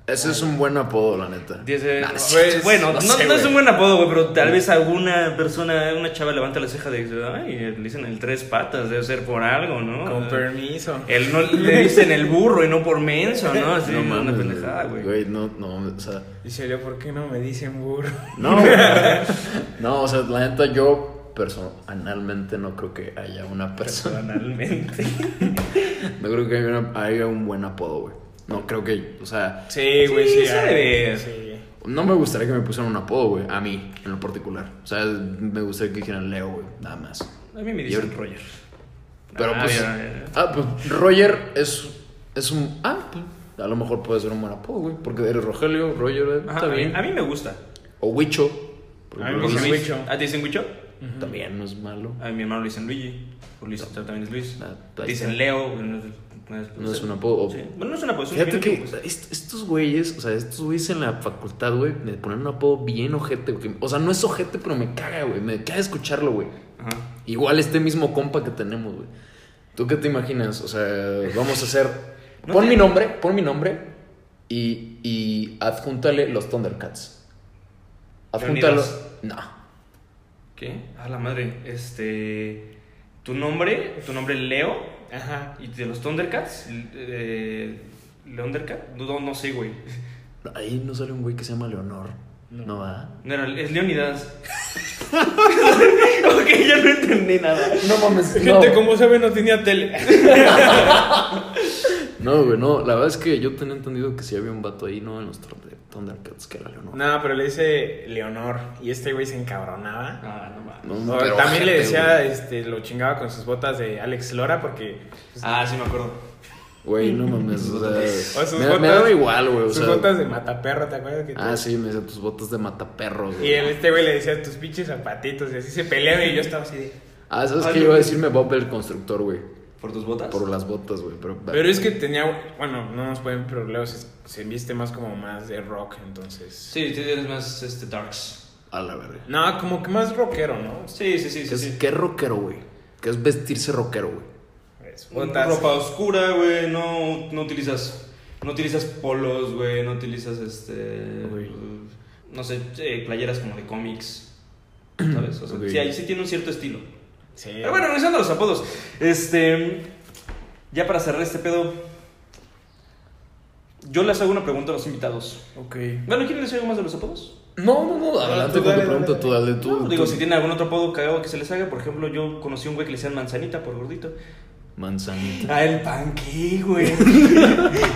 Speaker 3: Ese es un buen apodo, la neta.
Speaker 1: Dice,
Speaker 3: Nah, Ah, no
Speaker 1: pues,
Speaker 3: sé,
Speaker 1: bueno, no,
Speaker 3: sé,
Speaker 1: no es
Speaker 3: güey.
Speaker 1: un buen apodo, güey, pero tal vez alguna persona, una chava levanta la ceja de, ay, le dicen el tres patas, debe ser por algo, ¿no?
Speaker 4: Con permiso.
Speaker 1: Él no le dicen el burro y no por menso, ¿no? Así,
Speaker 3: No mames,
Speaker 1: una pendejada, güey.
Speaker 3: Güey, no, no, o sea.
Speaker 4: Dice yo, ¿por qué no me dicen burro?
Speaker 3: No, güey. no, o sea, la neta, yo personalmente no creo que haya una persona.
Speaker 1: Personalmente.
Speaker 3: No creo que haya, una- haya un buen apodo, güey. No creo que, o sea,
Speaker 4: Sí, güey,
Speaker 1: Sí,
Speaker 4: sí.
Speaker 1: se
Speaker 4: ah,
Speaker 1: debe.
Speaker 4: sí.
Speaker 3: no me gustaría que me pusieran un apodo, güey, a mí, en lo particular. O sea, me gustaría que dijeran Leo, güey, nada más.
Speaker 1: A mí me
Speaker 3: Yo-
Speaker 1: dicen Roger.
Speaker 3: Pero
Speaker 1: Ah,
Speaker 3: pues,
Speaker 1: ya, ya, ya.
Speaker 3: ah, pues, Roger es, es un, ah, pues, a lo mejor puede ser un buen apodo, güey, porque eres Rogelio, Roger, eh,
Speaker 1: Ajá,
Speaker 3: está
Speaker 1: Ah, a, mí,
Speaker 3: bien.
Speaker 1: a mí me gusta.
Speaker 3: O Huicho, por
Speaker 4: A mí me
Speaker 3: ejemplo,
Speaker 4: gusta
Speaker 3: Luis,
Speaker 4: Huicho.
Speaker 1: ¿Ah, te dicen Wicho?
Speaker 3: también no es malo.
Speaker 1: A mi hermano le dicen Luigi. O Luis o sea, también es Luis.
Speaker 3: Ah,
Speaker 1: Te
Speaker 3: ahí
Speaker 1: dicen
Speaker 3: está.
Speaker 1: Leo. güey, No, es-
Speaker 3: No es un apodo.
Speaker 1: Sí. Bueno, no es una apodo. es un
Speaker 3: Fíjate que
Speaker 1: diminutivo, pues.
Speaker 3: est- estos güeyes, o sea, estos güeyes en la facultad, güey, me ponen un apodo bien ojete. güey, que- o sea, no es ojete, pero me caga, güey. Me caga escucharlo, güey.
Speaker 1: Ajá.
Speaker 3: Igual este mismo compa que tenemos, güey. ¿Tú qué te imaginas? O sea, vamos a hacer.
Speaker 1: No
Speaker 3: pon
Speaker 1: te-
Speaker 3: mi nombre, pon mi nombre y, y adjúntale los Thundercats. Adjúntalo.
Speaker 1: Leonidas.
Speaker 3: No.
Speaker 1: ¿Qué? A la madre. Este. Tu nombre, tu nombre Leo
Speaker 4: Ajá.
Speaker 1: y de los Thundercats. Eh, ¿Leondercat? No, no sé, güey.
Speaker 3: Ahí no sale un güey que se llama Leonor. No,
Speaker 4: No.
Speaker 3: va.
Speaker 1: No era, es Leonidas. ok, ya no entendí nada.
Speaker 3: No mames.
Speaker 4: Gente, como sabe, no tenía tele.
Speaker 3: No, güey, no. La verdad es que yo tenía entendido que sí había un vato ahí, ¿no? En los Thunder- Thundercats, que era Leonor.
Speaker 4: No, pero le dice Leonor. Y este güey se encabronaba.
Speaker 1: Ah, no mames.
Speaker 3: No,
Speaker 4: O
Speaker 3: pero
Speaker 4: también le
Speaker 3: ojete,
Speaker 4: decía, este, lo chingaba con sus botas de Alex Lora porque.
Speaker 1: Ah, sí me acuerdo.
Speaker 3: Güey, Güey, no mames, o sea.
Speaker 4: O sus
Speaker 3: me,
Speaker 4: botas-
Speaker 3: me daba igual, güey, o
Speaker 4: sus
Speaker 3: sea.
Speaker 4: botas de mataperro, ¿te acuerdas que
Speaker 3: Ah, sí, me decía tus botas de mataperros,
Speaker 4: Y
Speaker 3: güey.
Speaker 4: el- este güey le decía tus pinches zapatitos y así se peleaba y yo estaba así de.
Speaker 3: Ah, ¿sabes
Speaker 1: Ah,
Speaker 3: qué?
Speaker 1: no.
Speaker 3: Iba a decirme Bob el constructor, güey.
Speaker 1: ¿Por tus botas?
Speaker 3: Por las botas, güey. Pero,
Speaker 4: Pero es que tenía. Bueno, no nos pueden, pero Leo se, se viste más como más de rock, entonces.
Speaker 1: Sí, sí, eres más este, darks.
Speaker 3: A la verga.
Speaker 4: No, como que más rockero, ¿no?
Speaker 1: Sí, sí, sí,
Speaker 3: ¿Qué
Speaker 1: sí.
Speaker 3: es,
Speaker 1: sí.
Speaker 3: qué rockero, güey? ¿Qué es vestirse rockero, güey?
Speaker 4: Pues, botas.
Speaker 1: Ropa oscura, güey. No, no utilizas. No utilizas polos, güey. No utilizas este.
Speaker 3: Güey.
Speaker 1: No sé, eh, playeras como de cómics. ¿Sabes? O sea,
Speaker 3: Ok.
Speaker 1: sí, ahí sí tiene un cierto estilo.
Speaker 4: Sí.
Speaker 1: Pero bueno, regresando a los apodos. Este. Ya para cerrar este pedo. Yo les hago una pregunta a los invitados.
Speaker 4: Ok.
Speaker 1: Bueno, ¿quieren decir algo más de los apodos?
Speaker 3: No, no, no. Adelante
Speaker 4: tú
Speaker 3: con tu
Speaker 4: dale,
Speaker 3: pregunta,
Speaker 4: dale.
Speaker 3: tú dale, tú.
Speaker 1: No, digo,
Speaker 3: tú.
Speaker 1: si tiene algún otro apodo cagado que se les haga, por ejemplo, yo conocí a un güey que le decían manzanita por gordito.
Speaker 3: Manzanita.
Speaker 1: Ah, el panqué, güey.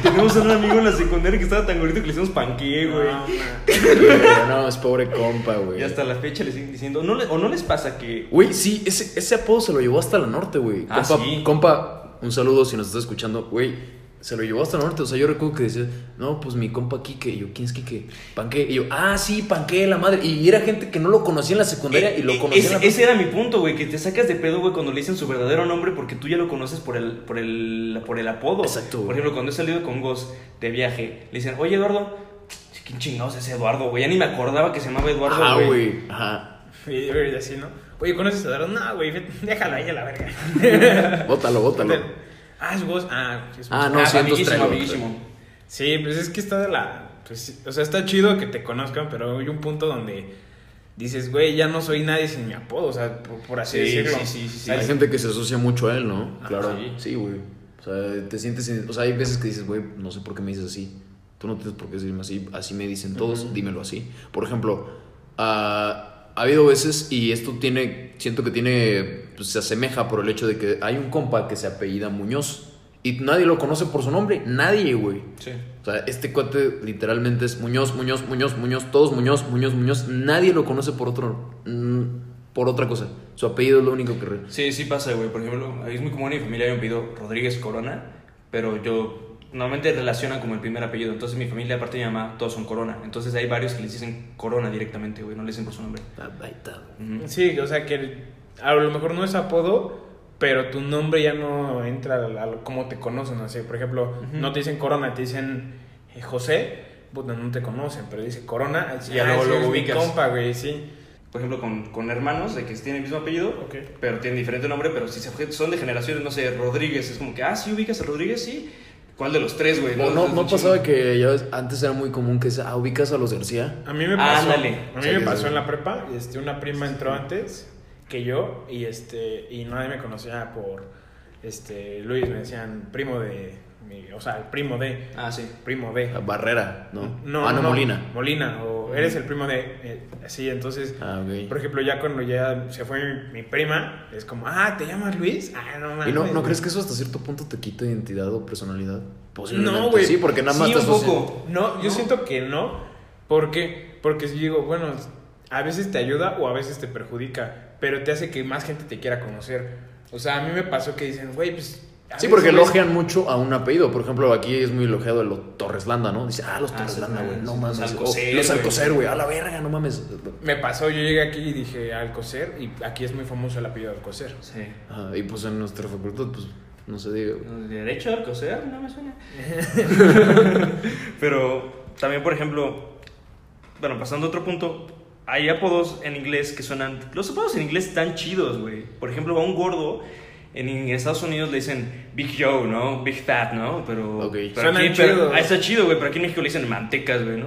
Speaker 1: Tenemos un amigo en la secundaria que estaba tan gordito que le decíamos panqué, güey.
Speaker 4: No, man.
Speaker 3: Pero no, es pobre compa, Ah, güey.
Speaker 1: y hasta la fecha le siguen diciendo, no le- o no les pasa que...
Speaker 3: Güey, sí, ese, ese apodo se lo llevó hasta la norte, güey.
Speaker 1: Ah,
Speaker 3: compa,
Speaker 1: sí.
Speaker 3: compa, un saludo si nos está escuchando. Güey, se lo llevó hasta la norte. O sea, yo recuerdo que decía, no, pues mi compa Quique. Y yo, ¿quién es Quique? Panque. Y yo, ah, sí, Panque, la madre. Y era gente que no lo conocía en la secundaria
Speaker 1: Eh,
Speaker 3: y lo
Speaker 1: eh,
Speaker 3: conocía en
Speaker 1: ese,
Speaker 3: la
Speaker 1: ese era mi punto, güey, que te sacas de pedo, güey, cuando le dicen su verdadero nombre porque tú ya lo conoces por el, por el, por el apodo.
Speaker 3: Exacto, güey.
Speaker 1: Por ejemplo, cuando he salido con Ghost de viaje, le dicen, oye, Eduardo, ¿Quién chingados es Eduardo, güey? Ya ni me acordaba que se llamaba Eduardo,
Speaker 3: Ajá,
Speaker 1: güey.
Speaker 3: Ah, güey. Ajá.
Speaker 4: Y y así, ¿no? Oye, ¿conoces a Eduardo? No, güey, vete, déjala ahí a la verga.
Speaker 3: Bótalo, bótalo.
Speaker 4: Ah, es vos. Ah, es
Speaker 3: Ah,
Speaker 4: vos.
Speaker 3: no,
Speaker 1: Ah,
Speaker 3: sí,
Speaker 1: amiguísimo,
Speaker 3: entonces traigo,
Speaker 1: amiguísimo.
Speaker 4: Sí, pues es que está de la. pues sí, o sea, está chido que te conozcan, pero hay un punto donde dices, güey, ya no soy nadie sin mi apodo, o sea, por, por así
Speaker 1: Sí,
Speaker 4: decirlo.
Speaker 1: sí, sí, sí, sí.
Speaker 4: O sea,
Speaker 3: Hay gente que se asocia mucho a él, ¿no?
Speaker 4: Ah,
Speaker 3: Claro.
Speaker 1: sí.
Speaker 3: Sí, güey. O sea, te sientes. en- O sea, hay veces que dices, güey, no sé por qué me dices así. Tú no tienes por qué decirme así. Así me dicen todos, dímelo así. Por ejemplo, ah, ha habido veces, y esto tiene. Siento que tiene. pues, se asemeja por el hecho de que hay un compa que se apellida Muñoz. Y nadie lo conoce por su nombre. Nadie, güey.
Speaker 1: Sí.
Speaker 3: O sea, este cuate literalmente es Muñoz, Muñoz, Muñoz, Muñoz, todos Muñoz, Muñoz, Muñoz. Nadie lo conoce por otro. mm, por otra cosa. Su apellido es lo único que. re-
Speaker 1: Sí, sí pasa, güey. Por ejemplo, es muy común en mi familia hay un apellido Rodríguez Corona, pero yo normalmente relaciona como el primer apellido. Entonces mi familia, aparte de mi mamá, todos son Corona. Entonces hay varios que les dicen Corona directamente, güey. No le dicen por su nombre.
Speaker 3: Ah, Ahí está.
Speaker 1: Ujú.
Speaker 4: Sí, o sea, que a lo mejor no es apodo, pero tu nombre ya no entra a, lo- cómo te conocen. Así, por ejemplo, no te dicen Corona, te dicen eh, José, puta, no te conocen, pero dice Corona, y ya
Speaker 1: Ah,
Speaker 4: luego
Speaker 1: sí,
Speaker 4: lo
Speaker 1: es mi
Speaker 4: ubicas. compa, güey, sí.
Speaker 1: Por ejemplo, con, con hermanos de que tienen el mismo apellido,
Speaker 4: Ok.
Speaker 1: pero tienen diferente nombre, pero si se- son de generaciones, no sé, Rodríguez, es como que, ah, sí, ubicas a Rodríguez, sí. ¿Cuál de los tres, güey?
Speaker 3: O no,
Speaker 1: Es
Speaker 3: no
Speaker 1: un
Speaker 3: pasaba
Speaker 1: chingo.
Speaker 3: que ya ves, antes era muy común que se, ah, ubicas a los García.
Speaker 4: A mí me
Speaker 1: Ah,
Speaker 4: pasó,
Speaker 1: ándale.
Speaker 4: a mí
Speaker 3: Sí,
Speaker 4: me
Speaker 3: sí,
Speaker 4: pasó
Speaker 3: sí.
Speaker 4: en la prepa, este, una prima entró antes que yo y este y nadie me conocía por este Luis, me decían primo de, mi- o sea, el primo de,
Speaker 1: Ah, sí.
Speaker 4: primo de.
Speaker 3: Ah, Barrera, ¿no?
Speaker 4: No,
Speaker 3: ah, no,
Speaker 4: no,
Speaker 3: Molina.
Speaker 4: Molina o eres el primo de, eh, sí, entonces
Speaker 3: Ah, ok.
Speaker 4: por ejemplo, ya cuando ya se fue mi, mi prima, es como, "Ah, ¿te llamas Luis?" Ah, no mames.
Speaker 3: ¿Y no, no
Speaker 4: güey.
Speaker 3: crees que eso hasta cierto punto te quita identidad o personalidad? Posiblemente.
Speaker 4: No, güey.
Speaker 3: Sí, porque nada más
Speaker 1: Sí,
Speaker 3: te
Speaker 1: un
Speaker 3: asocian.
Speaker 1: poco.
Speaker 4: No, yo
Speaker 1: ¿No?
Speaker 4: siento que no. ¿Por qué? Porque si digo, bueno, a veces te ayuda o a veces te perjudica, pero te hace que más gente te quiera conocer. O sea, a mí me pasó que dicen, güey, pues. a
Speaker 3: Sí,
Speaker 4: veces,
Speaker 3: porque
Speaker 4: güey,
Speaker 3: elogian mucho a un apellido. Por ejemplo, aquí es muy elogiado el Torreslanda, ¿no? Dice, ah, los
Speaker 1: Ah,
Speaker 3: Torreslanda,
Speaker 1: sí,
Speaker 3: güey, no
Speaker 1: sí,
Speaker 3: mames.
Speaker 1: los
Speaker 3: O,
Speaker 1: Alcocer,
Speaker 3: los
Speaker 1: güey.
Speaker 3: Alcocer, güey, a la verga, no mames.
Speaker 4: Me pasó, yo llegué aquí y dije Alcocer, y aquí es muy famoso el apellido Alcocer.
Speaker 1: Sí.
Speaker 3: Ajá, y pues en nuestra facultad, pues, no se diga. güey.
Speaker 1: Derecho al coser, no me suena. Pero también, por ejemplo, bueno, pasando a otro punto, hay apodos en inglés que suenan. Los apodos en inglés están chidos, güey. Por ejemplo, a un gordo. En en Estados Unidos le dicen Big Joe, ¿no? Big Fat, ¿no? Pero.
Speaker 3: Ok.
Speaker 1: pero
Speaker 4: Suena
Speaker 1: aquí,
Speaker 4: chido.
Speaker 1: pero- ah, está chido, güey. Pero aquí en México le dicen mantecas, güey, ¿no?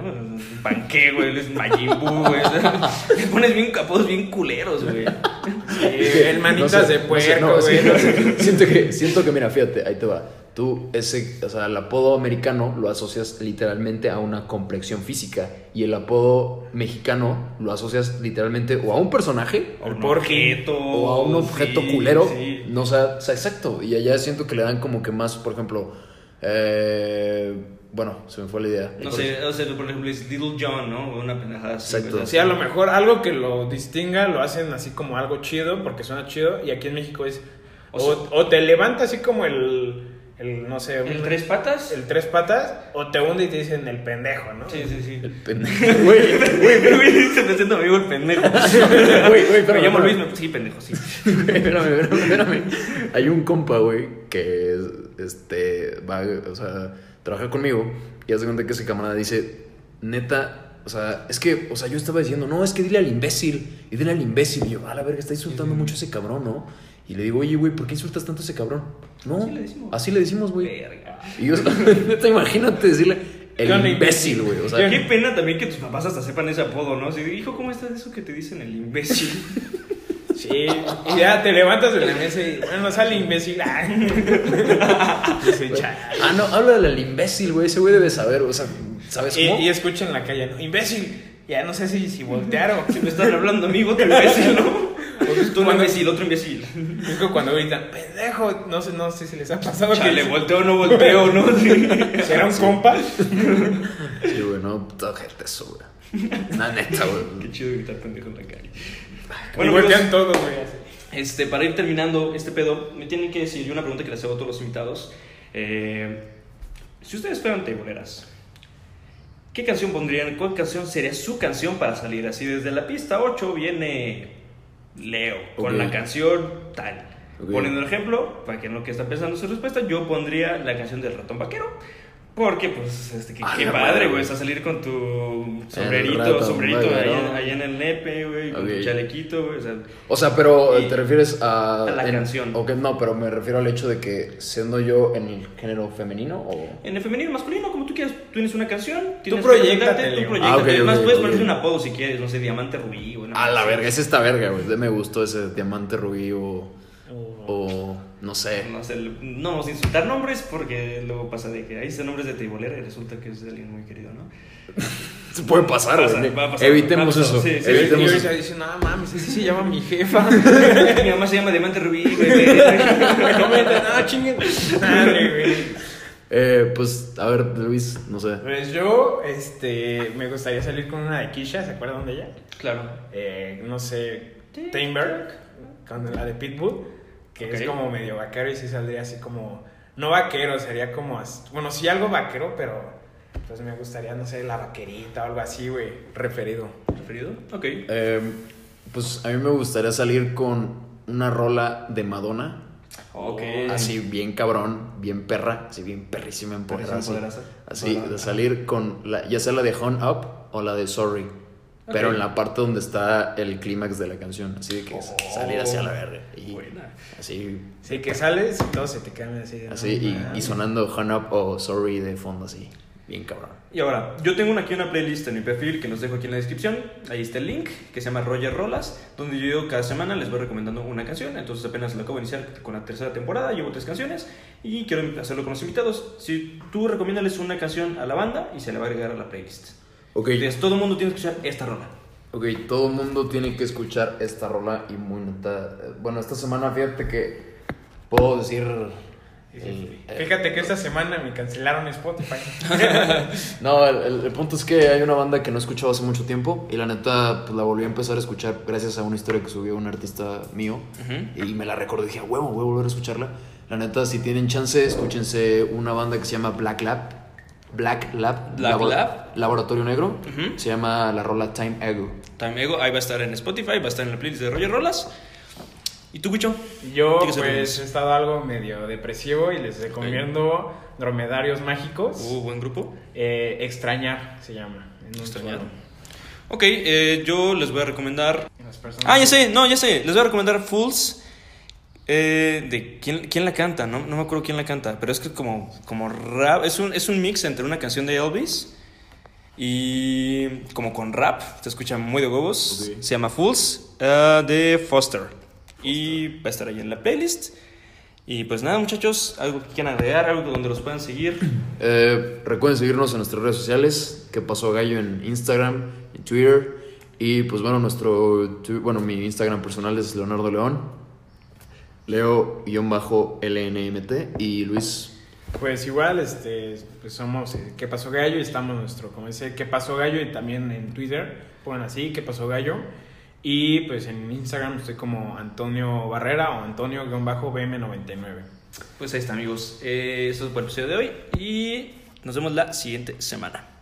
Speaker 1: Panqué, güey. Le dicen Majin Buu, güey. Te pones bien apodos bien culeros, güey.
Speaker 4: Sí,
Speaker 3: Es que,
Speaker 4: el
Speaker 3: no
Speaker 4: manitas
Speaker 3: sé,
Speaker 4: de
Speaker 3: no sé,
Speaker 4: puerco,
Speaker 3: no,
Speaker 4: güey.
Speaker 3: sí, no sé. siento, que, siento que, mira, fíjate, ahí te va. Tú, ese, o sea, el apodo americano lo asocias literalmente a una complexión física y el apodo mexicano lo asocias literalmente o a un personaje
Speaker 1: O
Speaker 4: El
Speaker 1: un
Speaker 4: porky.
Speaker 1: objeto,
Speaker 3: o a un
Speaker 4: Oh,
Speaker 3: objeto culero.
Speaker 1: sí.
Speaker 3: No, o sea, o sea, exacto. Y allá siento que le dan como que más, por ejemplo, eh, bueno, se me fue la idea.
Speaker 1: No sé, o sea, por ejemplo, es Little John, ¿no? O Una pendejada así.
Speaker 3: Exacto.
Speaker 1: güey.
Speaker 4: Sí, a lo mejor algo que lo distinga lo hacen así como algo chido, porque suena chido, y aquí en México es. O,
Speaker 1: O sea-
Speaker 4: o te levanta así como el. el, no sé.
Speaker 1: ¿El
Speaker 4: un-
Speaker 1: tres patas?
Speaker 4: el tres patas, o te hunde y te dicen el pendejo, ¿no?
Speaker 1: Sí, sí, sí.
Speaker 3: Pendejo. Güey,
Speaker 1: Güey, pero güey, se presenta a mi amigo el pendejo.
Speaker 3: güey, güey, pero-
Speaker 1: Me llamo Luis, me... sí, pendejo, sí.
Speaker 3: espérame, espérame, espérame. Hay un compa, güey, que es, este va, o sea, trabaja conmigo y hace cuenta que ese camarada dice, neta, o sea, es que, o sea, yo estaba diciendo, no, es que dile al imbécil, y dile al imbécil, y yo, a la verga, está insultando mucho a ese cabrón, ¿no? Y le digo, oye, güey, ¿por qué insultas tanto a ese cabrón? No,
Speaker 1: Así le decimos.
Speaker 3: así le decimos, güey.
Speaker 1: Verga.
Speaker 3: Y yo, neta, imagínate decirle, el
Speaker 4: Yo no
Speaker 3: imbécil, güey, o sea,
Speaker 1: Qué pena también que tus papás hasta sepan ese apodo, ¿no? Así, de, hijo, ¿cómo estás de eso que te dicen el imbécil?
Speaker 4: Sí, y ya te levantas de la mesa y. Bueno, sale imbécil. Ay. Dice, "Cha".
Speaker 3: ah, no, háblale al imbécil, güey, ese güey debe saber, o sea,
Speaker 1: Pues,
Speaker 3: ¿sabes
Speaker 4: y,
Speaker 3: cómo?
Speaker 4: y escucha en la calle, ¿no? Imbécil. Ya no sé si, si voltearon.
Speaker 1: Si me están hablando, amigo, otro imbécil, ¿no?
Speaker 3: Pues,
Speaker 1: Tú un
Speaker 4: Cuando-
Speaker 1: imbécil, otro imbécil.
Speaker 4: Es como cuando gritan, pendejo. No sé, no sé si les ha pasado
Speaker 1: Chale,
Speaker 4: que.
Speaker 1: volteo o no volteo, ¿no? Sí.
Speaker 4: ¿Será un compa?
Speaker 3: Sí, güey, no, puta gente eso, güey. La neta,
Speaker 1: Qué
Speaker 3: güey.
Speaker 1: chido gritar pendejo en la calle.
Speaker 4: Bueno,
Speaker 1: amigos,
Speaker 4: voltean todos, güey. así.
Speaker 1: Este, para ir terminando este pedo, me tienen que decir yo una pregunta que les hago a todos los invitados. Eh, si ustedes fueran teiboleras, ¿qué canción pondrían? ¿Cuál canción sería su canción para salir? Así desde la pista 8 viene Leo con
Speaker 3: Ok.
Speaker 1: la canción tal.
Speaker 3: Ok.
Speaker 1: Poniendo el ejemplo, para que en lo que está pensando su respuesta, yo pondría la canción del ratón vaquero Porque, pues, este, que-
Speaker 3: Ah,
Speaker 1: qué
Speaker 3: la
Speaker 1: padre,
Speaker 3: madre,
Speaker 1: güey,
Speaker 3: güey.
Speaker 1: o sea, salir con tu sombrerito,
Speaker 3: rato,
Speaker 1: sombrerito
Speaker 3: madre,
Speaker 1: allá,
Speaker 3: ¿no?
Speaker 1: allá en el nepe, güey, con
Speaker 3: Ok.
Speaker 1: tu chalequito, güey, o sea,
Speaker 3: O sea, pero
Speaker 1: Y-
Speaker 3: te refieres a...
Speaker 1: a la
Speaker 3: en-
Speaker 1: canción.
Speaker 3: ok, no, pero me refiero al hecho de que siendo yo en el género femenino o...
Speaker 1: en el femenino, masculino, como tú quieras, tú tienes una canción, tienes que
Speaker 4: proyéctatelo.
Speaker 1: cantarte, tú
Speaker 4: Ah,
Speaker 1: proyectas,
Speaker 3: ok, ok,
Speaker 1: además puedes
Speaker 3: ok.
Speaker 1: ponerte un apodo si quieres, no sé, diamante rubí, güey. una
Speaker 3: A la
Speaker 1: madre
Speaker 3: verga, es esta verga, güey. Me gustó ese diamante rubí o...
Speaker 4: Oh.
Speaker 3: O... No
Speaker 1: así.
Speaker 3: sé.
Speaker 1: No, sé, no vamos a insultar nombres porque luego pasa de que ahí están nombres de tribolera y resulta que es de alguien muy querido, ¿no?
Speaker 3: Se puede pasar,
Speaker 1: Pasa,
Speaker 3: güey.
Speaker 1: va a pasar,
Speaker 3: Evitemos
Speaker 1: va a pasar,
Speaker 3: eso.
Speaker 1: sí, sí,
Speaker 4: Y
Speaker 3: evitemos
Speaker 4: ahorita
Speaker 3: eso.
Speaker 4: dice, no mames, así se llama mi jefa.
Speaker 1: Mi mamá se llama Diamante Rubí, güey.
Speaker 4: No me no, chinguen. Madre, güey.
Speaker 3: Eh, pues, a ver, Luis, no sé.
Speaker 4: Pues yo, este, me gustaría salir con una de Kisha, ¿se acuerdan de ella?
Speaker 1: Claro.
Speaker 4: Eh, no sé, Timberg, con la de Pitbull, que
Speaker 1: Ok.
Speaker 4: es como medio vaquero y sí saldría así como, no vaquero, sería como, as- bueno, sí algo vaquero, pero pues me gustaría, no sé, la vaquerita o algo así, güey, referido.
Speaker 1: ¿Referido? Ok.
Speaker 3: Eh, pues a mí me gustaría salir con una rola de Madonna.
Speaker 1: Ok.
Speaker 3: Así bien cabrón, bien perra, así bien perrísima en poder,
Speaker 1: Perrísima empoderaza.
Speaker 3: así. Así,
Speaker 1: Ajá.
Speaker 3: de salir con, la, ya sea la de Hon Up o la de Sorry. Pero
Speaker 1: Ok.
Speaker 3: en la parte donde está el clímax de la canción. Así de que es
Speaker 1: Oh.
Speaker 3: salir hacia la verga. Y
Speaker 1: Buena.
Speaker 3: así,
Speaker 4: Sí, que sales y todos se te quedan así. de,
Speaker 3: así y-
Speaker 4: "No
Speaker 3: y,
Speaker 4: mames".
Speaker 3: sonando Hon Up o Sorry de fondo, así. Bien cabrón.
Speaker 1: Y ahora, yo tengo una- aquí una playlist en mi perfil que los dejo aquí en la descripción. Ahí está el link que se llama Roger Rolas, donde yo cada semana les voy recomendando una canción. Entonces apenas lo acabo de iniciar con la tercera temporada, llevo tres canciones y quiero hacerlo con los invitados. Si tú recomiéndales una canción a la banda y se le va a agregar a la playlist.
Speaker 3: Ok,
Speaker 1: Entonces todo el mundo tiene que escuchar esta rola.
Speaker 3: Ok, todo el mundo tiene que escuchar esta rola y muy neta. eh, Bueno, esta semana fíjate que puedo decir. el- eh,
Speaker 4: Fíjate que esta semana me cancelaron Spotify.
Speaker 3: no, el, el- el punto es que hay una banda que no he escuchado hace mucho tiempo y la neta pues, la volví a empezar a escuchar gracias a una historia que subió un artista mío y me la recordé y dije, "A huevo, voy a volver a escucharla. La neta, si tienen chance, escúchense una banda que se llama Black Lab. Black Lab.
Speaker 1: Black
Speaker 3: Labo-
Speaker 1: Lab.
Speaker 3: Laboratorio Negro.
Speaker 1: Ujú.
Speaker 3: Se llama la rola Time Ego.
Speaker 1: También ahí va a estar en Spotify, va a estar en la playlist de Roger Rolas. ¿Y tú, Guicho?
Speaker 4: Yo
Speaker 1: Tienes que ser
Speaker 4: pues
Speaker 1: feliz.
Speaker 4: he estado algo medio depresivo y les recomiendo Dromedarios Mágicos.
Speaker 1: Uh, buen grupo.
Speaker 4: Eh, extrañar se llama. en un
Speaker 1: Extrañar.
Speaker 4: tubo.
Speaker 1: Ok, eh, yo les voy a recomendar
Speaker 4: En las personas-
Speaker 1: Ah, ya sé, no, ya sé. Les voy a recomendar Fools. eh, de quién, quién la canta, no, no me acuerdo quién la canta, pero es que como, como rap, es un, es un mix entre una canción de Elvis y como con rap, se escucha muy de huevos,
Speaker 3: Ok.
Speaker 1: se llama Fools eh, de Foster. y va a estar ahí en la playlist. Y pues nada muchachos, algo que quieran agregar, algo donde los puedan seguir.
Speaker 3: Eh, recuerden seguirnos en nuestras redes sociales, que pasó gallo en Instagram, en Twitter y pues bueno, nuestro tu- bueno, mi Instagram personal es Leonardo León. Leo-LNMT y Luis.
Speaker 4: Pues igual, este, pues somos eh, ¿Qué pasó gallo? Y estamos nuestro, como dice, ¿Qué pasó gallo? Y también en Twitter, pongan así, ¿Qué pasó gallo? Y pues en Instagram estoy como Antonio Barrera o Antonio-BM99.
Speaker 1: Pues ahí está amigos, Eh, eso es por el episodio de hoy y nos vemos la siguiente semana.